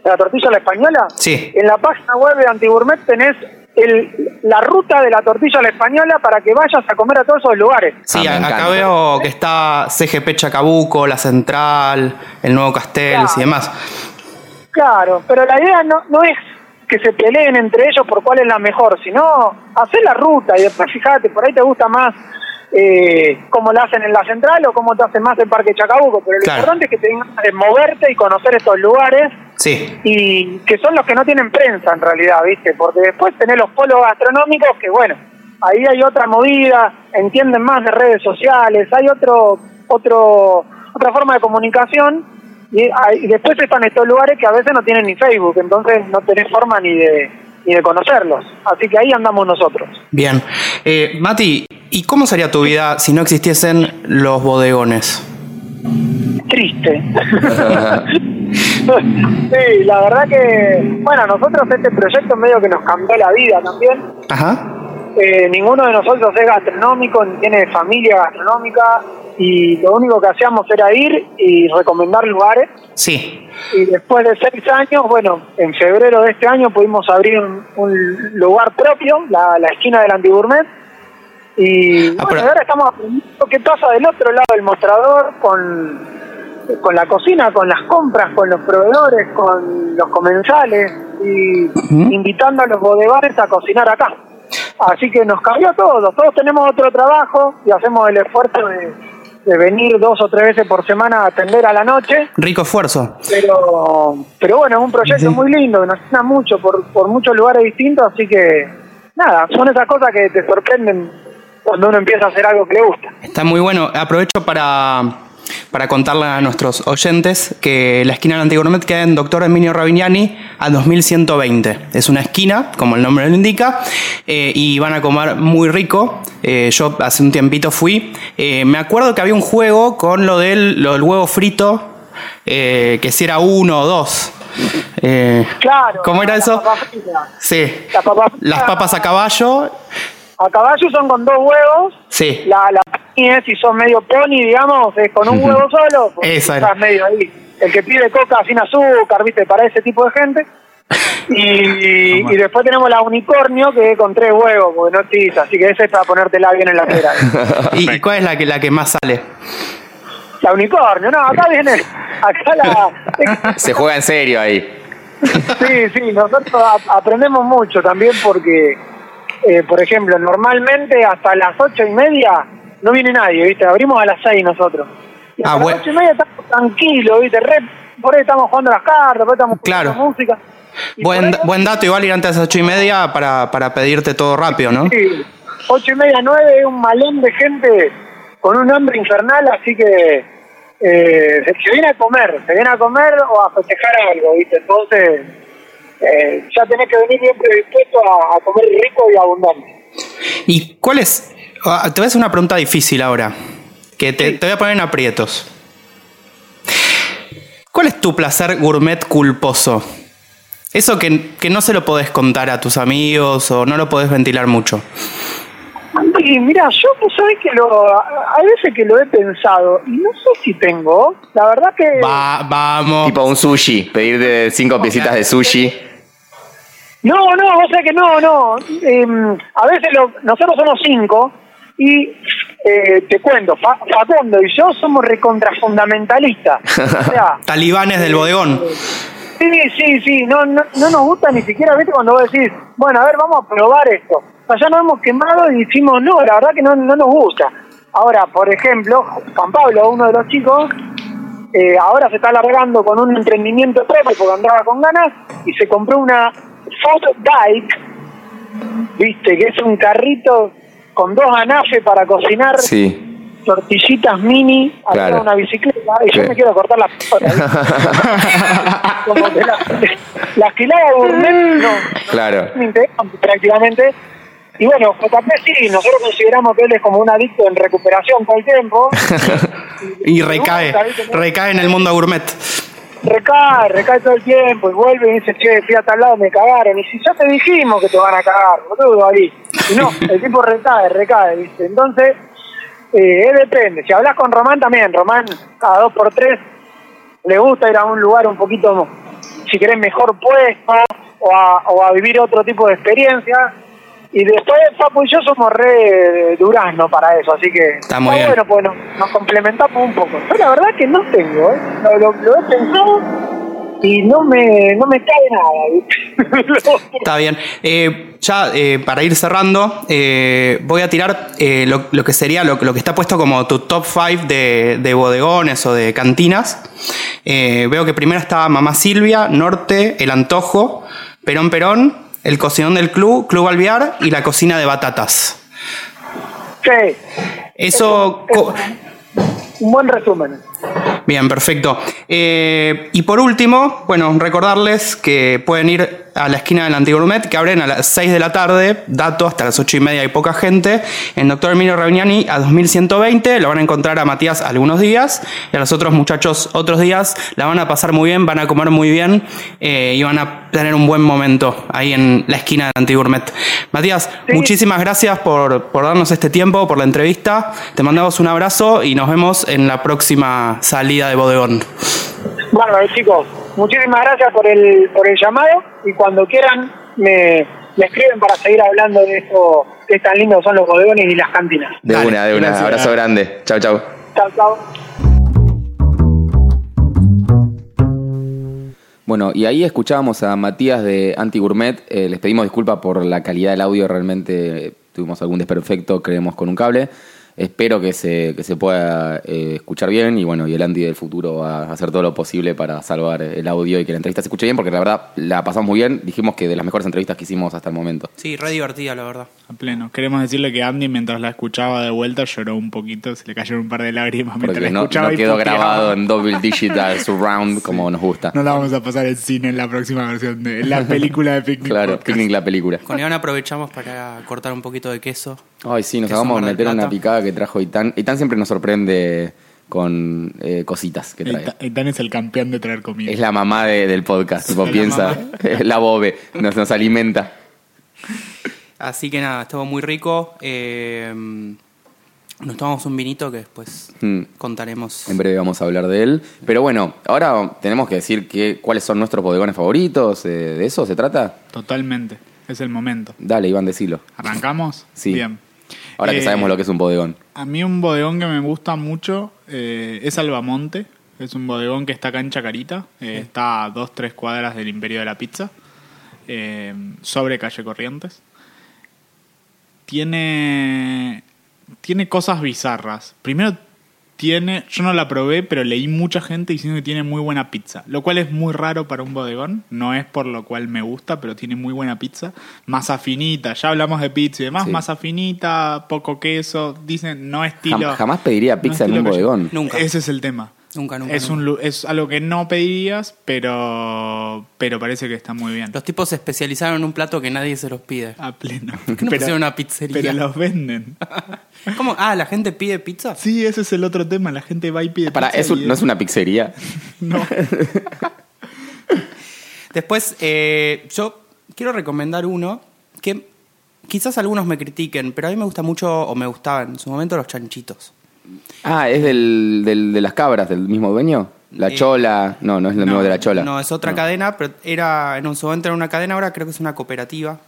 Speaker 6: la tortilla a la española,
Speaker 5: Sí.
Speaker 6: en la página web de Antigourmet tenés el- la ruta de la tortilla a la española para que vayas a comer a todos esos lugares.
Speaker 5: Sí,
Speaker 3: Ah, me
Speaker 5: a- acá
Speaker 3: encanta.
Speaker 5: veo que está CGP Chacabuco, La Central, el Nuevo Castells y
Speaker 6: Claro.
Speaker 5: demás.
Speaker 6: Claro, pero la idea no, no es que se peleen entre ellos por cuál es la mejor, sino hacer la ruta y después fijate, por ahí te gusta más eh, cómo la hacen en la central o cómo te hacen más el Parque Chacabuco, pero lo
Speaker 5: Claro.
Speaker 6: importante es que tengas de moverte y conocer estos lugares
Speaker 5: Sí.
Speaker 6: y que son los que no tienen prensa en realidad, ¿viste? Porque después tenés los polos gastronómicos que, bueno, ahí hay otra movida, entienden más de redes sociales, hay otro, otro, otra forma de comunicación y, hay- y después están estos lugares que a veces no tienen ni Facebook, entonces no tenés forma ni de, ni de conocerlos. Así que ahí andamos nosotros.
Speaker 5: Bien. Eh, Mati, ¿y cómo sería tu vida si no existiesen los bodegones?
Speaker 6: Triste. [LAUGHS] sí, la verdad que, bueno, nosotros este proyecto medio que nos cambió la vida también.
Speaker 5: Ajá.
Speaker 6: Eh, ninguno de nosotros es gastronómico ni tiene familia gastronómica y lo único que hacíamos era ir y recomendar lugares
Speaker 5: Sí.
Speaker 6: y después de seis años, bueno, en febrero de este año pudimos abrir un, un lugar propio, la, la esquina del Antigourmet y
Speaker 5: Ah,
Speaker 6: bueno,
Speaker 5: pero-
Speaker 6: ahora estamos aprendiendo qué pasa del otro lado del mostrador con con la cocina, con las compras, con los proveedores, con los comensales y invitando a los bodegares a cocinar acá. Así que nos cambió todo, todos tenemos otro trabajo y hacemos el esfuerzo de, de venir dos o tres veces por semana a atender a la noche,
Speaker 5: Rico esfuerzo.
Speaker 6: pero pero bueno, es un proyecto muy lindo que nos llena mucho por, por muchos lugares distintos, así que nada, son esas cosas que te sorprenden cuando uno empieza a hacer algo que le gusta.
Speaker 5: Está muy bueno. Aprovecho para, para contarle a nuestros oyentes que la esquina del Antigourmet queda en Doctor Emilio Ravignani a 2120. Es una esquina, como el nombre lo indica, eh, y van a comer muy rico. Eh, yo hace un tiempito fui. Eh, me acuerdo que había un juego con lo del, lo del huevo frito, eh, que si era uno o dos. Eh,
Speaker 6: Claro.
Speaker 5: ¿Cómo era
Speaker 6: las
Speaker 5: eso?
Speaker 6: papas fritas.
Speaker 5: Sí.
Speaker 6: Las papas fritas.
Speaker 5: Las papas
Speaker 3: [LAUGHS]
Speaker 5: a caballo.
Speaker 6: A caballo son con dos huevos.
Speaker 5: Sí.
Speaker 6: La, la pony es, si son medio pony, digamos, es con un huevo solo. porque
Speaker 5: Esa era.
Speaker 6: Estás medio ahí. El que pide coca sin azúcar, viste, para ese tipo de gente. Y, y después tenemos la unicornio, que es con tres huevos, porque no tiza. Así que esa es para ponértela bien
Speaker 5: [LAUGHS]
Speaker 6: en la pera.
Speaker 5: ¿Y y cuál es la que, la que más sale?
Speaker 6: la unicornio, no, acá viene. Acá la.
Speaker 3: Se juega en serio ahí.
Speaker 6: Sí, sí, nosotros a- aprendemos mucho también porque, eh, por ejemplo, normalmente hasta las ocho y media no viene nadie, ¿viste? Abrimos a las seis nosotros. Y
Speaker 5: Ah,
Speaker 6: hasta
Speaker 5: bueno.
Speaker 6: las ocho y media estamos tranquilos, ¿viste? Re- por ahí estamos jugando las cartas, por ahí estamos
Speaker 5: Claro.
Speaker 6: escuchando música. Y
Speaker 5: Buen,
Speaker 6: por ahí-
Speaker 5: buen dato, igual ir antes de las ocho y media para, para pedirte todo rápido, ¿no?
Speaker 6: Sí, ocho y media, nueve, es un malón de gente con un hambre infernal, así que eh, se, se viene a comer, se viene a comer o a festejar algo, ¿viste? Entonces, eh, ya tenés que venir bien predispuesto a, a comer rico y abundante.
Speaker 5: ¿Y cuál es? ah, Te voy a hacer una pregunta difícil ahora, que te, te voy a poner en aprietos. ¿Cuál es tu placer gourmet culposo? Eso que, que no se lo podés contar a tus amigos o no lo podés ventilar mucho.
Speaker 6: Y mira, yo pues sabes que lo, hay veces que lo he pensado y no sé si tengo, la verdad que
Speaker 7: Va, vamos.
Speaker 3: Tipo un sushi, pedirte cinco piecitas de sushi.
Speaker 6: no, no, vos sabés que no, no, Em, a veces lo- nosotros somos cinco y eh, te cuento, Fa- Facundo y yo somos recontrafundamentalistas, o sea,
Speaker 5: Talibanes del bodegón.
Speaker 6: Sí, sí, sí, no, no, no nos gusta ni siquiera, viste, cuando vos decís, bueno, a ver, vamos a probar esto. O sea, ya nos hemos quemado y decimos, no, la verdad que no, no nos gusta. Ahora, por ejemplo, Juan Pablo, uno de los chicos, eh, ahora se está alargando con un emprendimiento propio porque andaba con ganas y se compró una Ford Dyke, viste, que es un carrito con dos anafes para cocinar
Speaker 3: Sí.
Speaker 6: tortillitas mini a
Speaker 3: Claro.
Speaker 6: una bicicleta y yo
Speaker 3: Sí.
Speaker 6: me quiero cortar las pelotas. Como que la- las quiladas gourmet no,
Speaker 3: Claro.
Speaker 6: no me interesan prácticamente. Y bueno, JP sí, nosotros consideramos que él es como un adicto en recuperación todo el tiempo.
Speaker 5: Y recae, recae en el mundo gourmet.
Speaker 6: Recae, recae todo el tiempo y vuelve y dice, che, fui a tal lado, me cagaron. Y si ya te dijimos que te van a cagar, boludo, ahí. Y no, el tipo recae, recae, ¿viste? Entonces, eh, depende. Si hablas con Román también, Román cada dos por tres le gusta ir a un lugar un poquito, si querés, mejor puesto o a, o a vivir otro tipo de experiencia. Y después Papu y yo somos re durazno para eso, así que
Speaker 5: Está muy bien.
Speaker 6: bueno, pues nos, nos complementamos un poco. Yo la verdad que no tengo, ¿eh? lo, lo- lo he pensado y no me, no me cae nada. ¿viste? [LAUGHS]
Speaker 5: Está bien. Eh, ya eh, para ir cerrando, eh, voy a tirar eh, lo, lo que sería lo, lo que está puesto como tu top 5 de, de bodegones o de cantinas. Eh, veo que primero está Mamá Silvia, Norte, El Antojo, Perón Perón, El Cocinón del Club, Club Alvear y La Cocina de Batatas.
Speaker 6: sí,
Speaker 5: Eso.
Speaker 6: Eso-
Speaker 5: co-
Speaker 6: un buen resumen.
Speaker 5: Bien, perfecto. Eh, y por último, bueno, recordarles que pueden ir a la esquina del Antigourmet, que abren a las 6 de la tarde, dato, hasta las 8 y media hay poca gente, en Doctor Emilio Ravignani a 2120, lo van a encontrar a Matías algunos días, y a los otros muchachos otros días, la van a pasar muy bien, van a comer muy bien eh, y van a tener un buen momento ahí en la esquina del Antigourmet. Matías, muchísimas gracias por, por darnos este tiempo, por la entrevista, te mandamos un abrazo y nos vemos en la próxima salida de bodegón.
Speaker 6: Bárbaro, chicos. Muchísimas gracias por el, por el llamado y cuando quieran me, me escriben para seguir hablando de esto que es tan lindo que son los bodegones y las cantinas.
Speaker 3: De
Speaker 5: Dale,
Speaker 3: una, de una.
Speaker 4: gracias.
Speaker 3: Abrazo grande. Chau, chau.
Speaker 6: Chao, chao.
Speaker 3: Bueno, y ahí escuchábamos a Matías de Anti Gourmet. Eh, les pedimos disculpas por la calidad del audio. Realmente eh, tuvimos algún desperfecto, creemos, con un cable. Espero que se, que se pueda eh, escuchar bien. Y bueno, y el Anti del futuro va a hacer todo lo posible para salvar el audio y que la entrevista se escuche bien, porque la verdad la pasamos muy bien. Dijimos que de las mejores entrevistas que hicimos hasta el momento.
Speaker 5: Sí, re divertida, la verdad.
Speaker 4: A pleno. Queremos decirle que Andy, mientras la escuchaba de vuelta, lloró un poquito, se le cayeron un par de lágrimas mientras
Speaker 3: Porque
Speaker 4: la
Speaker 3: no, no
Speaker 4: escuchaba. y
Speaker 3: quedó
Speaker 4: puteaba.
Speaker 3: grabado en double digital
Speaker 4: [LAUGHS]
Speaker 3: surround como nos gusta.
Speaker 4: No la vamos a pasar en cine en la próxima versión de
Speaker 3: [LAUGHS]
Speaker 4: en la película de Picnic.
Speaker 3: Claro,
Speaker 4: Podcast.
Speaker 3: picnic la película.
Speaker 5: Con Iván aprovechamos para cortar un poquito de queso.
Speaker 3: Ay, sí, nos
Speaker 5: Queso
Speaker 3: acabamos de
Speaker 5: Mar del
Speaker 3: meter una
Speaker 5: Plata.
Speaker 3: picada que trajo Itán. Itán siempre nos sorprende con eh, cositas que trae.
Speaker 4: Eitan- Eitan es el campeón de traer comida.
Speaker 3: Es la mamá de- del podcast, tipo,
Speaker 4: Es la
Speaker 3: piensa,
Speaker 4: mamá.
Speaker 3: [LAUGHS] la bobe, nos, nos alimenta.
Speaker 5: Así que nada, estuvo muy rico. Eh, nos tomamos un vinito que después
Speaker 3: Mm.
Speaker 5: contaremos.
Speaker 3: En breve vamos a hablar de él. Pero bueno, ahora tenemos que decir que, cuáles son nuestros bodegones favoritos. eh, ¿De eso se trata?
Speaker 4: Totalmente. Es el momento.
Speaker 3: Dale, Iván, decilo.
Speaker 4: ¿Arrancamos?
Speaker 3: Sí.
Speaker 4: Bien.
Speaker 3: Ahora que
Speaker 4: Eh,
Speaker 3: sabemos lo que es un bodegón.
Speaker 4: A mí un bodegón que me gusta mucho eh, es Albamonte. Es un bodegón que está acá en Chacarita. Eh, Está a dos, tres cuadras del Imperio de la Pizza. eh, sobre calle Corrientes. Tiene, tiene cosas bizarras. Primero tiene, yo no la probé, pero leí mucha gente diciendo que tiene muy buena pizza, lo cual es muy raro para un bodegón, no es por lo cual me gusta, pero tiene muy buena pizza, masa finita, ya hablamos de pizza y demás,
Speaker 3: Sí.
Speaker 4: masa finita, poco queso, dicen no
Speaker 3: Jam-
Speaker 4: estilo...
Speaker 3: jamás pediría
Speaker 4: no
Speaker 3: pizza en
Speaker 4: estilo
Speaker 3: un
Speaker 4: que yo-
Speaker 3: bodegón.
Speaker 5: Nunca.
Speaker 4: Ese es el tema.
Speaker 5: Nunca, nunca,
Speaker 4: Es,
Speaker 5: nunca.
Speaker 4: un lu- es algo que no pedirías, pero, pero parece que está muy bien.
Speaker 5: Los tipos se especializaron en un plato que nadie se los pide.
Speaker 4: A pleno.
Speaker 5: no pusieron una pizzería?
Speaker 4: Pero los venden.
Speaker 5: ¿Cómo? Ah, ¿la gente pide pizza?
Speaker 4: Sí, ese es el otro tema. La gente va y pide
Speaker 3: Para,
Speaker 4: pizza
Speaker 3: es un-
Speaker 4: y-
Speaker 3: no es una pizzería.
Speaker 4: No.
Speaker 5: Después, eh, yo quiero recomendar uno que Quizás algunos me critiquen, pero a mí me gusta mucho, o me gustaban en su momento, los chanchitos.
Speaker 3: Ah, es del, del- de las cabras, del mismo dueño. La
Speaker 5: Eh,
Speaker 3: chola. No, no es lo mismo de la chola.
Speaker 5: No, es otra
Speaker 3: No.
Speaker 5: cadena, pero era en un momento era una cadena, ahora creo que es
Speaker 3: [LAUGHS]
Speaker 5: una cooperativa.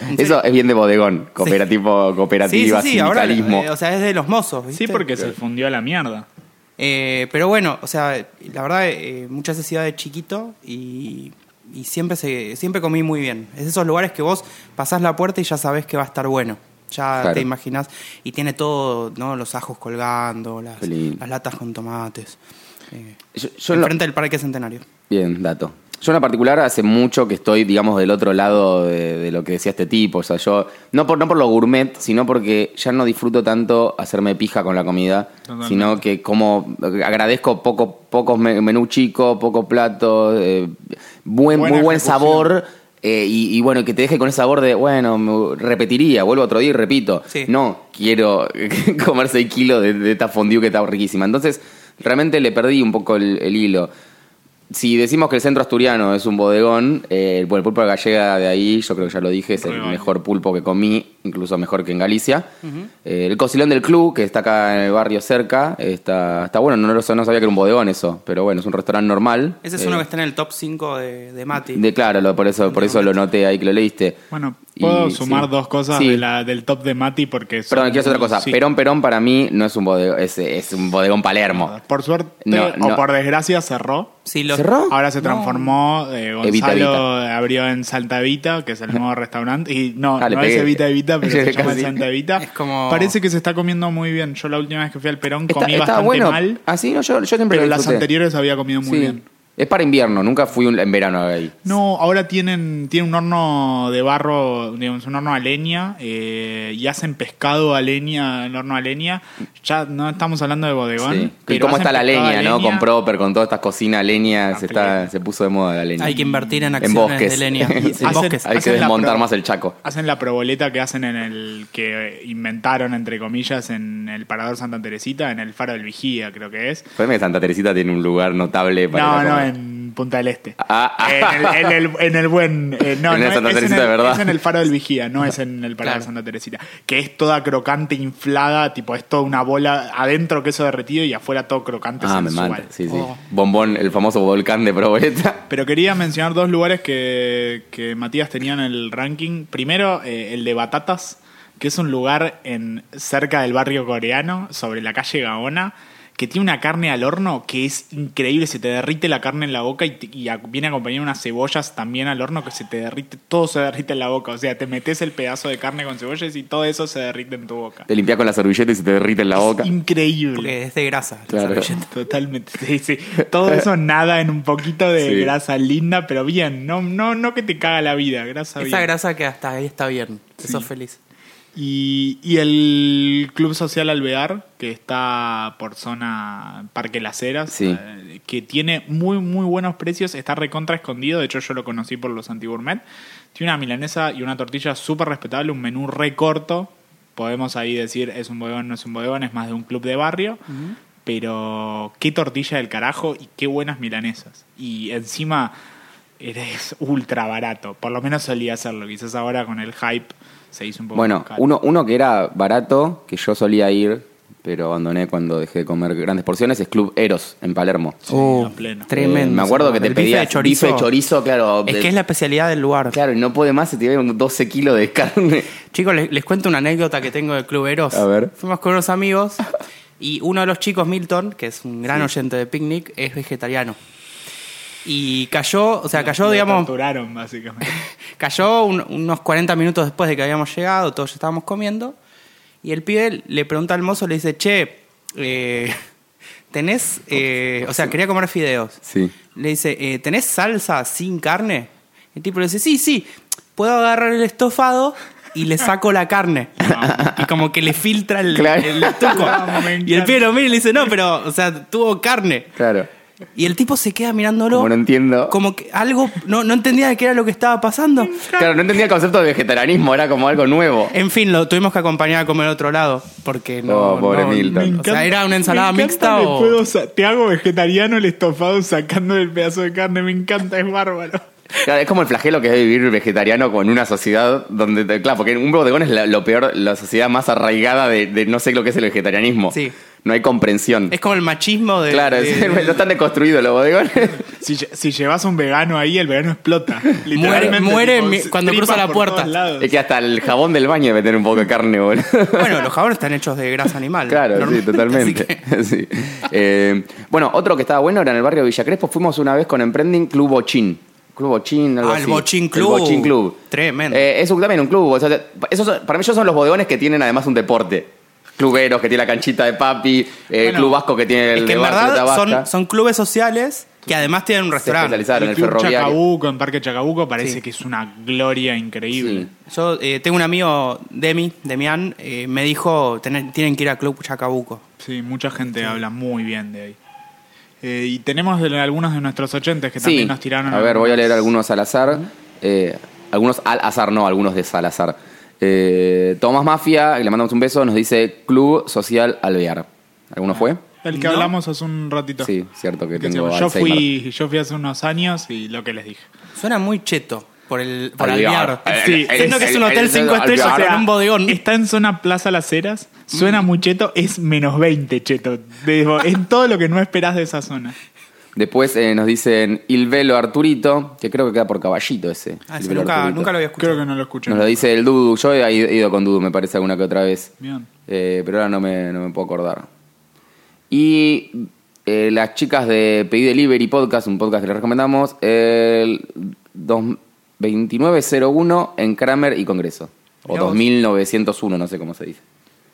Speaker 5: ¿En
Speaker 3: Eso
Speaker 5: serio?
Speaker 3: es bien de bodegón. Cooperativo, cooperativa,
Speaker 5: sí, sí, sí, ahora,
Speaker 3: sindicalismo.
Speaker 5: eh, o sea, es de los mozos, ¿viste?
Speaker 4: Sí, porque se fundió a la mierda.
Speaker 5: Eh, pero bueno, o sea, la verdad, eh, mucha necesidad de chiquito y, y siempre, se, siempre comí muy bien. Es de esos lugares que vos pasás la puerta y ya sabés que va a estar bueno. Ya
Speaker 3: Claro.
Speaker 5: te imaginás. Y tiene todo, ¿no? Los ajos colgando, las,
Speaker 3: Qué lindo.
Speaker 5: las latas con tomates. Eh,
Speaker 3: Yo- yo en lo-
Speaker 5: enfrente del Parque Centenario.
Speaker 3: Bien, dato. Yo en lo particular hace mucho que estoy, digamos, del otro lado de, de lo que decía este tipo. O sea, yo, no por, no por lo gourmet, sino porque ya no disfruto tanto hacerme pija con la comida,
Speaker 4: Totalmente.
Speaker 3: sino que como agradezco poco, pocos me- menú chico, poco plato, eh, buen,
Speaker 4: Buena
Speaker 3: muy buen
Speaker 4: ejecución.
Speaker 3: sabor. eh, y, y bueno, que te deje con ese sabor de, bueno, me- repetiría, vuelvo otro día y repito.
Speaker 5: Sí.
Speaker 3: No, quiero [LAUGHS] comer 6 kilos de, de esta fondue que está riquísima. Entonces, realmente le perdí un poco el- el hilo si decimos que el centro asturiano es un bodegón, eh, bueno, el pulpo de la gallega de ahí, yo creo que ya lo dije, es el
Speaker 4: Real.
Speaker 3: mejor pulpo que comí, incluso mejor que en Galicia. Eh, el cosilón del club, que está acá en el barrio cerca, está, está bueno, no, lo sab- no sabía que era un bodegón eso, pero bueno, es un restaurante normal.
Speaker 5: Ese es
Speaker 3: Eh,
Speaker 5: uno que está en el top 5 de, de Mati.
Speaker 3: de claro, lo- por eso, por eso lo noté ahí que lo leíste.
Speaker 4: Bueno, puedo
Speaker 3: Y-
Speaker 4: sumar
Speaker 3: sí.
Speaker 4: dos cosas
Speaker 3: Sí.
Speaker 4: de la- del top de Mati porque... son-
Speaker 3: Perdón, quiero hacer otra cosa.
Speaker 4: sí.
Speaker 3: Perón Perón para mí no es un bodegón, es, es un bodegón Palermo.
Speaker 4: Por suerte,
Speaker 3: No, no.
Speaker 4: o por desgracia, cerró.
Speaker 5: Sí, los-
Speaker 3: ¿Cerró?
Speaker 4: Ahora se transformó, eh, Gonzalo
Speaker 3: Evita Evita.
Speaker 4: abrió en Santa Evita, que es el nuevo restaurante. Y no,
Speaker 3: Ah, le
Speaker 4: no es
Speaker 3: pegué.
Speaker 4: Evita Evita,
Speaker 3: [LAUGHS]
Speaker 4: pero se llama
Speaker 3: Casi.
Speaker 4: Santa Evita.
Speaker 5: Es como-
Speaker 4: Parece que se está comiendo muy bien. Yo la última vez que fui al Perón
Speaker 3: Está-
Speaker 4: comí
Speaker 3: estaba
Speaker 4: bastante
Speaker 3: bueno.
Speaker 4: mal,
Speaker 3: Ah, sí, no, yo, yo siempre
Speaker 4: pero
Speaker 3: lo
Speaker 4: las
Speaker 3: disfruté.
Speaker 4: anteriores había comido muy
Speaker 3: Sí.
Speaker 4: bien.
Speaker 3: Es para invierno, nunca fui un- en verano ahí.
Speaker 4: No, ahora tienen, tienen un horno de barro, digamos, un horno a leña, eh, y hacen pescado a leña, en horno a leña. Ya no estamos hablando de bodegón.
Speaker 3: Sí. ¿Y
Speaker 4: pero
Speaker 3: cómo
Speaker 4: hacen
Speaker 3: está la
Speaker 4: pescado a
Speaker 3: leña, no? Con Proper, con todas estas cocinas leña,
Speaker 4: Ah,
Speaker 3: se, está,
Speaker 4: pleno.
Speaker 3: se puso de moda la leña.
Speaker 5: Hay que invertir en
Speaker 3: En
Speaker 5: acciones
Speaker 3: bosques.
Speaker 5: de leña.
Speaker 3: [LAUGHS] Sí.
Speaker 5: En bosques.
Speaker 3: Hay que
Speaker 4: hacen la
Speaker 3: desmontar
Speaker 4: pro-
Speaker 3: más el chaco.
Speaker 4: Hacen la proboleta que hacen en el que inventaron, entre comillas, en el Parador Santa Teresita, en el Faro del Vigía, creo que es.
Speaker 3: Parece que Santa Teresita tiene un lugar notable para
Speaker 4: No,
Speaker 3: ir a
Speaker 4: no,
Speaker 3: comer.
Speaker 4: en Punta del Este.
Speaker 3: Ah, ah.
Speaker 4: En, el, en el- en el buen. eh, no,
Speaker 3: En el
Speaker 4: no,
Speaker 3: Santa
Speaker 4: es
Speaker 3: Teresita,
Speaker 4: en el,
Speaker 3: de verdad.
Speaker 4: es en el Faro del Vigía, no es en el Parado
Speaker 5: Claro.
Speaker 4: de Santa Teresita. Que es toda crocante, inflada, tipo, es toda una bola adentro queso derretido y afuera todo crocante
Speaker 3: Ah, me
Speaker 4: sensual.
Speaker 3: mata. Sí, sí.
Speaker 5: Oh.
Speaker 3: Bombón, el famoso volcán de Proboleta.
Speaker 4: Pero quería mencionar dos lugares que, que Matías tenía en el ranking. Primero, eh, el de Batatas, que es un lugar en cerca del barrio coreano, sobre la calle Gaona, que tiene una carne al horno que es increíble. Se te derrite la carne en la boca y, te- y ac- viene acompañada de unas cebollas también al horno que se te derrite, todo se derrite en la boca. O sea, te metes el pedazo de carne con cebollas y todo eso se derrite en tu boca.
Speaker 3: Te limpias con la servilleta y se te derrite en la boca.
Speaker 4: Increíble.
Speaker 5: Porque es de grasa. la
Speaker 3: Claro.
Speaker 5: servilleta.
Speaker 4: Totalmente, sí, sí. Todo eso nada en un poquito de
Speaker 3: Sí.
Speaker 4: grasa linda, pero bien, no, no, no que te caga la vida, grasa
Speaker 5: Esa
Speaker 4: bien.
Speaker 5: grasa que hasta ahí está bien. Eso es feliz.
Speaker 4: Y, y el Club Social Alvear, que está por zona Parque Las Heras,
Speaker 3: Sí.
Speaker 4: eh, que tiene muy, muy buenos precios, está recontra escondido, de hecho yo lo conocí por los antigourmet. Tiene una milanesa y una tortilla súper respetable, un menú re corto. Podemos ahí decir, es un bodegón, no es un bodegón, es más de un club de barrio. Pero qué tortilla del carajo y qué buenas milanesas. Y encima eres ultra barato, por lo menos solía hacerlo. Quizás ahora con el hype se hizo un poco
Speaker 3: Bueno,
Speaker 4: más caro.
Speaker 3: uno, uno que era barato, que yo solía ir, pero abandoné cuando dejé de comer grandes porciones, es Club Eros en Palermo.
Speaker 5: Oh,
Speaker 4: a pleno.
Speaker 5: Tremendo.
Speaker 3: Eh, me acuerdo que te
Speaker 5: El bife
Speaker 3: pedías
Speaker 5: de chorizo.
Speaker 3: bife de chorizo, claro.
Speaker 5: Es
Speaker 3: de-
Speaker 5: que es la especialidad del lugar.
Speaker 3: Claro, y no puede más, se te ve 12 kilos de carne.
Speaker 5: Chicos, les, les cuento una anécdota que tengo de Club Eros.
Speaker 3: A ver.
Speaker 5: Fuimos con unos amigos y uno de los chicos, Milton, que es un gran oyente de picnic, es vegetariano. Y cayó, o sea, cayó,
Speaker 4: Lo
Speaker 5: digamos,
Speaker 4: torturaron, básicamente.
Speaker 5: cayó un- unos 40 minutos después de que habíamos llegado, todos ya estábamos comiendo. Y el pibe le pregunta al mozo, le dice, che, eh, ¿tenés, eh, o sea, quería comer fideos?
Speaker 3: Sí.
Speaker 5: Le dice, eh, ¿tenés salsa sin carne? El tipo le dice, sí, sí, puedo agarrar el estofado y le saco la carne. [LAUGHS] Y como que le filtra el,
Speaker 3: Claro.
Speaker 5: el tuco.
Speaker 4: Vamos, me
Speaker 5: y el
Speaker 4: encanta.
Speaker 5: pibe lo mira y le dice, no, pero, o sea, tuvo carne.
Speaker 3: Claro.
Speaker 5: Y el tipo se queda mirándolo.
Speaker 3: Como no entiendo.
Speaker 5: Como que algo, no, no entendía de qué era lo que estaba pasando.
Speaker 3: Claro, no entendía el concepto de vegetarianismo, era como algo nuevo.
Speaker 5: En fin, lo tuvimos que acompañar a comer a otro lado, porque no...
Speaker 3: Oh, pobre
Speaker 5: no-
Speaker 3: Milton.
Speaker 5: [LAUGHS] O sea, ¿era una ensalada
Speaker 4: me encanta,
Speaker 5: mixta
Speaker 4: le
Speaker 5: o...?
Speaker 4: puedo sa- te hago vegetariano el estofado sacando el pedazo de carne, me encanta, es bárbaro.
Speaker 3: Claro, es como el flagelo que es vivir vegetariano con una sociedad donde, te- claro, porque un bodegón es la- lo peor, la sociedad más arraigada de, de no sé lo que es el vegetarianismo.
Speaker 5: Sí.
Speaker 3: No hay comprensión.
Speaker 5: Es eh, como el machismo de.
Speaker 3: claro,
Speaker 5: de-
Speaker 3: es- [LAUGHS] no están deconstruidos los
Speaker 5: [LAUGHS]
Speaker 3: bodegones.
Speaker 4: Si, lle- si llevas un vegano ahí, el vegano explota. Literalmente,
Speaker 5: muere
Speaker 4: tipo,
Speaker 5: mi-
Speaker 4: se-
Speaker 5: cuando
Speaker 4: tripas
Speaker 5: cruza la
Speaker 4: por
Speaker 5: puerta.
Speaker 4: todos lados.
Speaker 3: es que hasta el jabón del baño debe tener un poco de carne, boludo.
Speaker 5: Bueno, los jabones están hechos de grasa animal.
Speaker 3: Claro, sí,
Speaker 5: normalmente,
Speaker 3: totalmente.
Speaker 5: [LAUGHS] así que-
Speaker 3: [LAUGHS] Sí. Eh, bueno, otro que estaba bueno era en el barrio Villa Crespo. Fuimos una vez con Emprending Club Bochín. Club Bochín, algo
Speaker 5: Ah, el
Speaker 3: así.
Speaker 5: Bochín
Speaker 3: El
Speaker 5: Club.
Speaker 3: Bochín Club.
Speaker 5: Tremendo.
Speaker 3: Eh, es un- también un club. o sea, esos son- para mí esos son los bodegones que tienen además un deporte. Cluberos que tiene la canchita de papi, eh,
Speaker 4: Bueno,
Speaker 3: Club Vasco que tiene el
Speaker 5: es que
Speaker 3: de
Speaker 5: en
Speaker 3: bar- de
Speaker 5: verdad
Speaker 3: Tabasca.
Speaker 5: son, son clubes sociales que además tienen un
Speaker 3: se
Speaker 5: restaurante.
Speaker 3: especializaron en
Speaker 4: el
Speaker 3: el
Speaker 4: Club
Speaker 3: ferroviario.
Speaker 4: Chacabuco, en Parque Chacabuco, parece
Speaker 5: Sí.
Speaker 4: que es una gloria increíble.
Speaker 3: Sí.
Speaker 5: Yo eh, tengo un amigo, Demi, Demian, eh, me dijo, "Tenen- tienen que ir a Club Chacabuco.
Speaker 4: Sí, mucha gente habla muy bien de ahí. Eh, y tenemos de- algunos de nuestros oyentes que
Speaker 3: Sí.
Speaker 4: también nos tiraron.
Speaker 3: A ver, voy a leer
Speaker 4: algunos.
Speaker 3: algunos al azar. Eh, algunos al azar, no, algunos de Salazar. Eh, Tomás Mafia, que le mandamos un beso, nos dice Club Social Alvear.
Speaker 5: Ah.
Speaker 3: ¿Alguno fue?
Speaker 4: El que
Speaker 5: ¿No?
Speaker 4: hablamos hace un ratito.
Speaker 3: Sí, cierto que
Speaker 4: Que
Speaker 3: tengo
Speaker 4: se- yo,
Speaker 3: Alzheimer.
Speaker 4: fui, yo fui hace unos años y lo que les dije.
Speaker 5: Suena muy cheto por el por
Speaker 3: Alvear.
Speaker 5: Alvear.
Speaker 4: Sí,
Speaker 3: El-
Speaker 5: Siendo que es un
Speaker 3: el-
Speaker 5: hotel
Speaker 3: el-
Speaker 5: cinco
Speaker 3: el-
Speaker 5: estrellas
Speaker 3: Alvear. Mm.
Speaker 5: en un bodegón.
Speaker 4: Está en zona Plaza Las Heras, suena muy cheto, es menos 20 cheto.
Speaker 3: [LAUGHS]
Speaker 4: Digo, Es todo lo que no esperás de esa zona.
Speaker 3: Después eh, nos dicen Ilvelo Arturito, que creo que queda por caballito ese.
Speaker 5: Ah, sí,
Speaker 3: Ilvelo
Speaker 5: nunca,
Speaker 3: Arturito.
Speaker 5: nunca lo había
Speaker 4: Creo
Speaker 5: escuchado.
Speaker 4: que no lo escuchan.
Speaker 3: Nos lo dice el Dudu. Yo he ido- he ido con Dudu, me parece, alguna que otra vez.
Speaker 4: Bien.
Speaker 3: Eh, pero ahora no me, no me puedo acordar. Y eh, las chicas de Pedí Delivery Podcast, un podcast que les recomendamos, el dos- 2901 en Kramer y Congreso. O
Speaker 5: Mirá vos.
Speaker 3: 2901, no sé cómo se dice.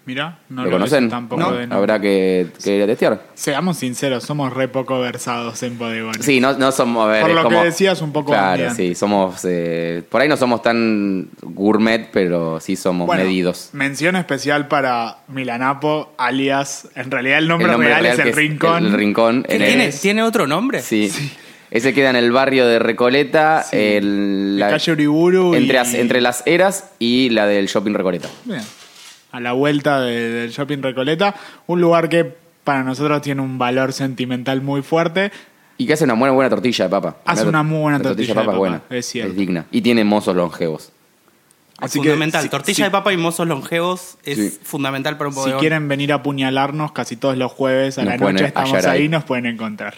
Speaker 4: Mirá, no
Speaker 3: ¿Lo
Speaker 4: lo
Speaker 3: conocen?
Speaker 4: dicen tampoco
Speaker 5: No.
Speaker 4: de nombre.
Speaker 3: Habrá que, que ir a testear.
Speaker 4: Seamos sinceros, somos re poco versados en bodegones.
Speaker 3: Sí, no, no somos. a ver,
Speaker 4: Por
Speaker 3: es
Speaker 4: lo
Speaker 3: como-
Speaker 4: que decías, un poco
Speaker 3: Claro,
Speaker 4: bandeante.
Speaker 3: sí, somos. eh, por ahí no somos tan gourmet, pero sí somos
Speaker 4: Bueno,
Speaker 3: medidos.
Speaker 4: Mención especial para Milanapo, alias. En realidad el nombre, real, es
Speaker 3: que
Speaker 4: el rincón.
Speaker 3: El rincón.
Speaker 5: ¿Qué
Speaker 3: en el-
Speaker 5: ¿Tiene, ¿Tiene otro
Speaker 4: eh,
Speaker 5: nombre?
Speaker 3: Sí. Ese queda en el barrio de Recoleta, el,
Speaker 4: La calle Uriburu y-
Speaker 3: entre, as- entre las eras y la del shopping Recoleta.
Speaker 4: Bien. A la vuelta de- del shopping Recoleta, un lugar que para nosotros tiene un valor sentimental muy fuerte.
Speaker 3: Y que hace una buena, buena tortilla de papa.
Speaker 4: Hace
Speaker 3: tor-
Speaker 4: una muy buena
Speaker 3: la
Speaker 4: tortilla de
Speaker 3: es
Speaker 4: papa,
Speaker 3: buena.
Speaker 4: es cierto.
Speaker 3: digna. Y tiene mozos longevos.
Speaker 4: Así que
Speaker 5: fundamental.
Speaker 4: si-
Speaker 5: Tortilla
Speaker 4: si-
Speaker 5: de papa y mozos longevos es
Speaker 3: Sí.
Speaker 5: fundamental para un
Speaker 4: Si
Speaker 5: bodegón.
Speaker 4: quieren venir a apuñalarnos, casi todos los jueves a
Speaker 3: Nos
Speaker 4: la
Speaker 3: pueden
Speaker 4: noche estamos
Speaker 3: hallar ahí.
Speaker 4: ahí. nos pueden encontrar.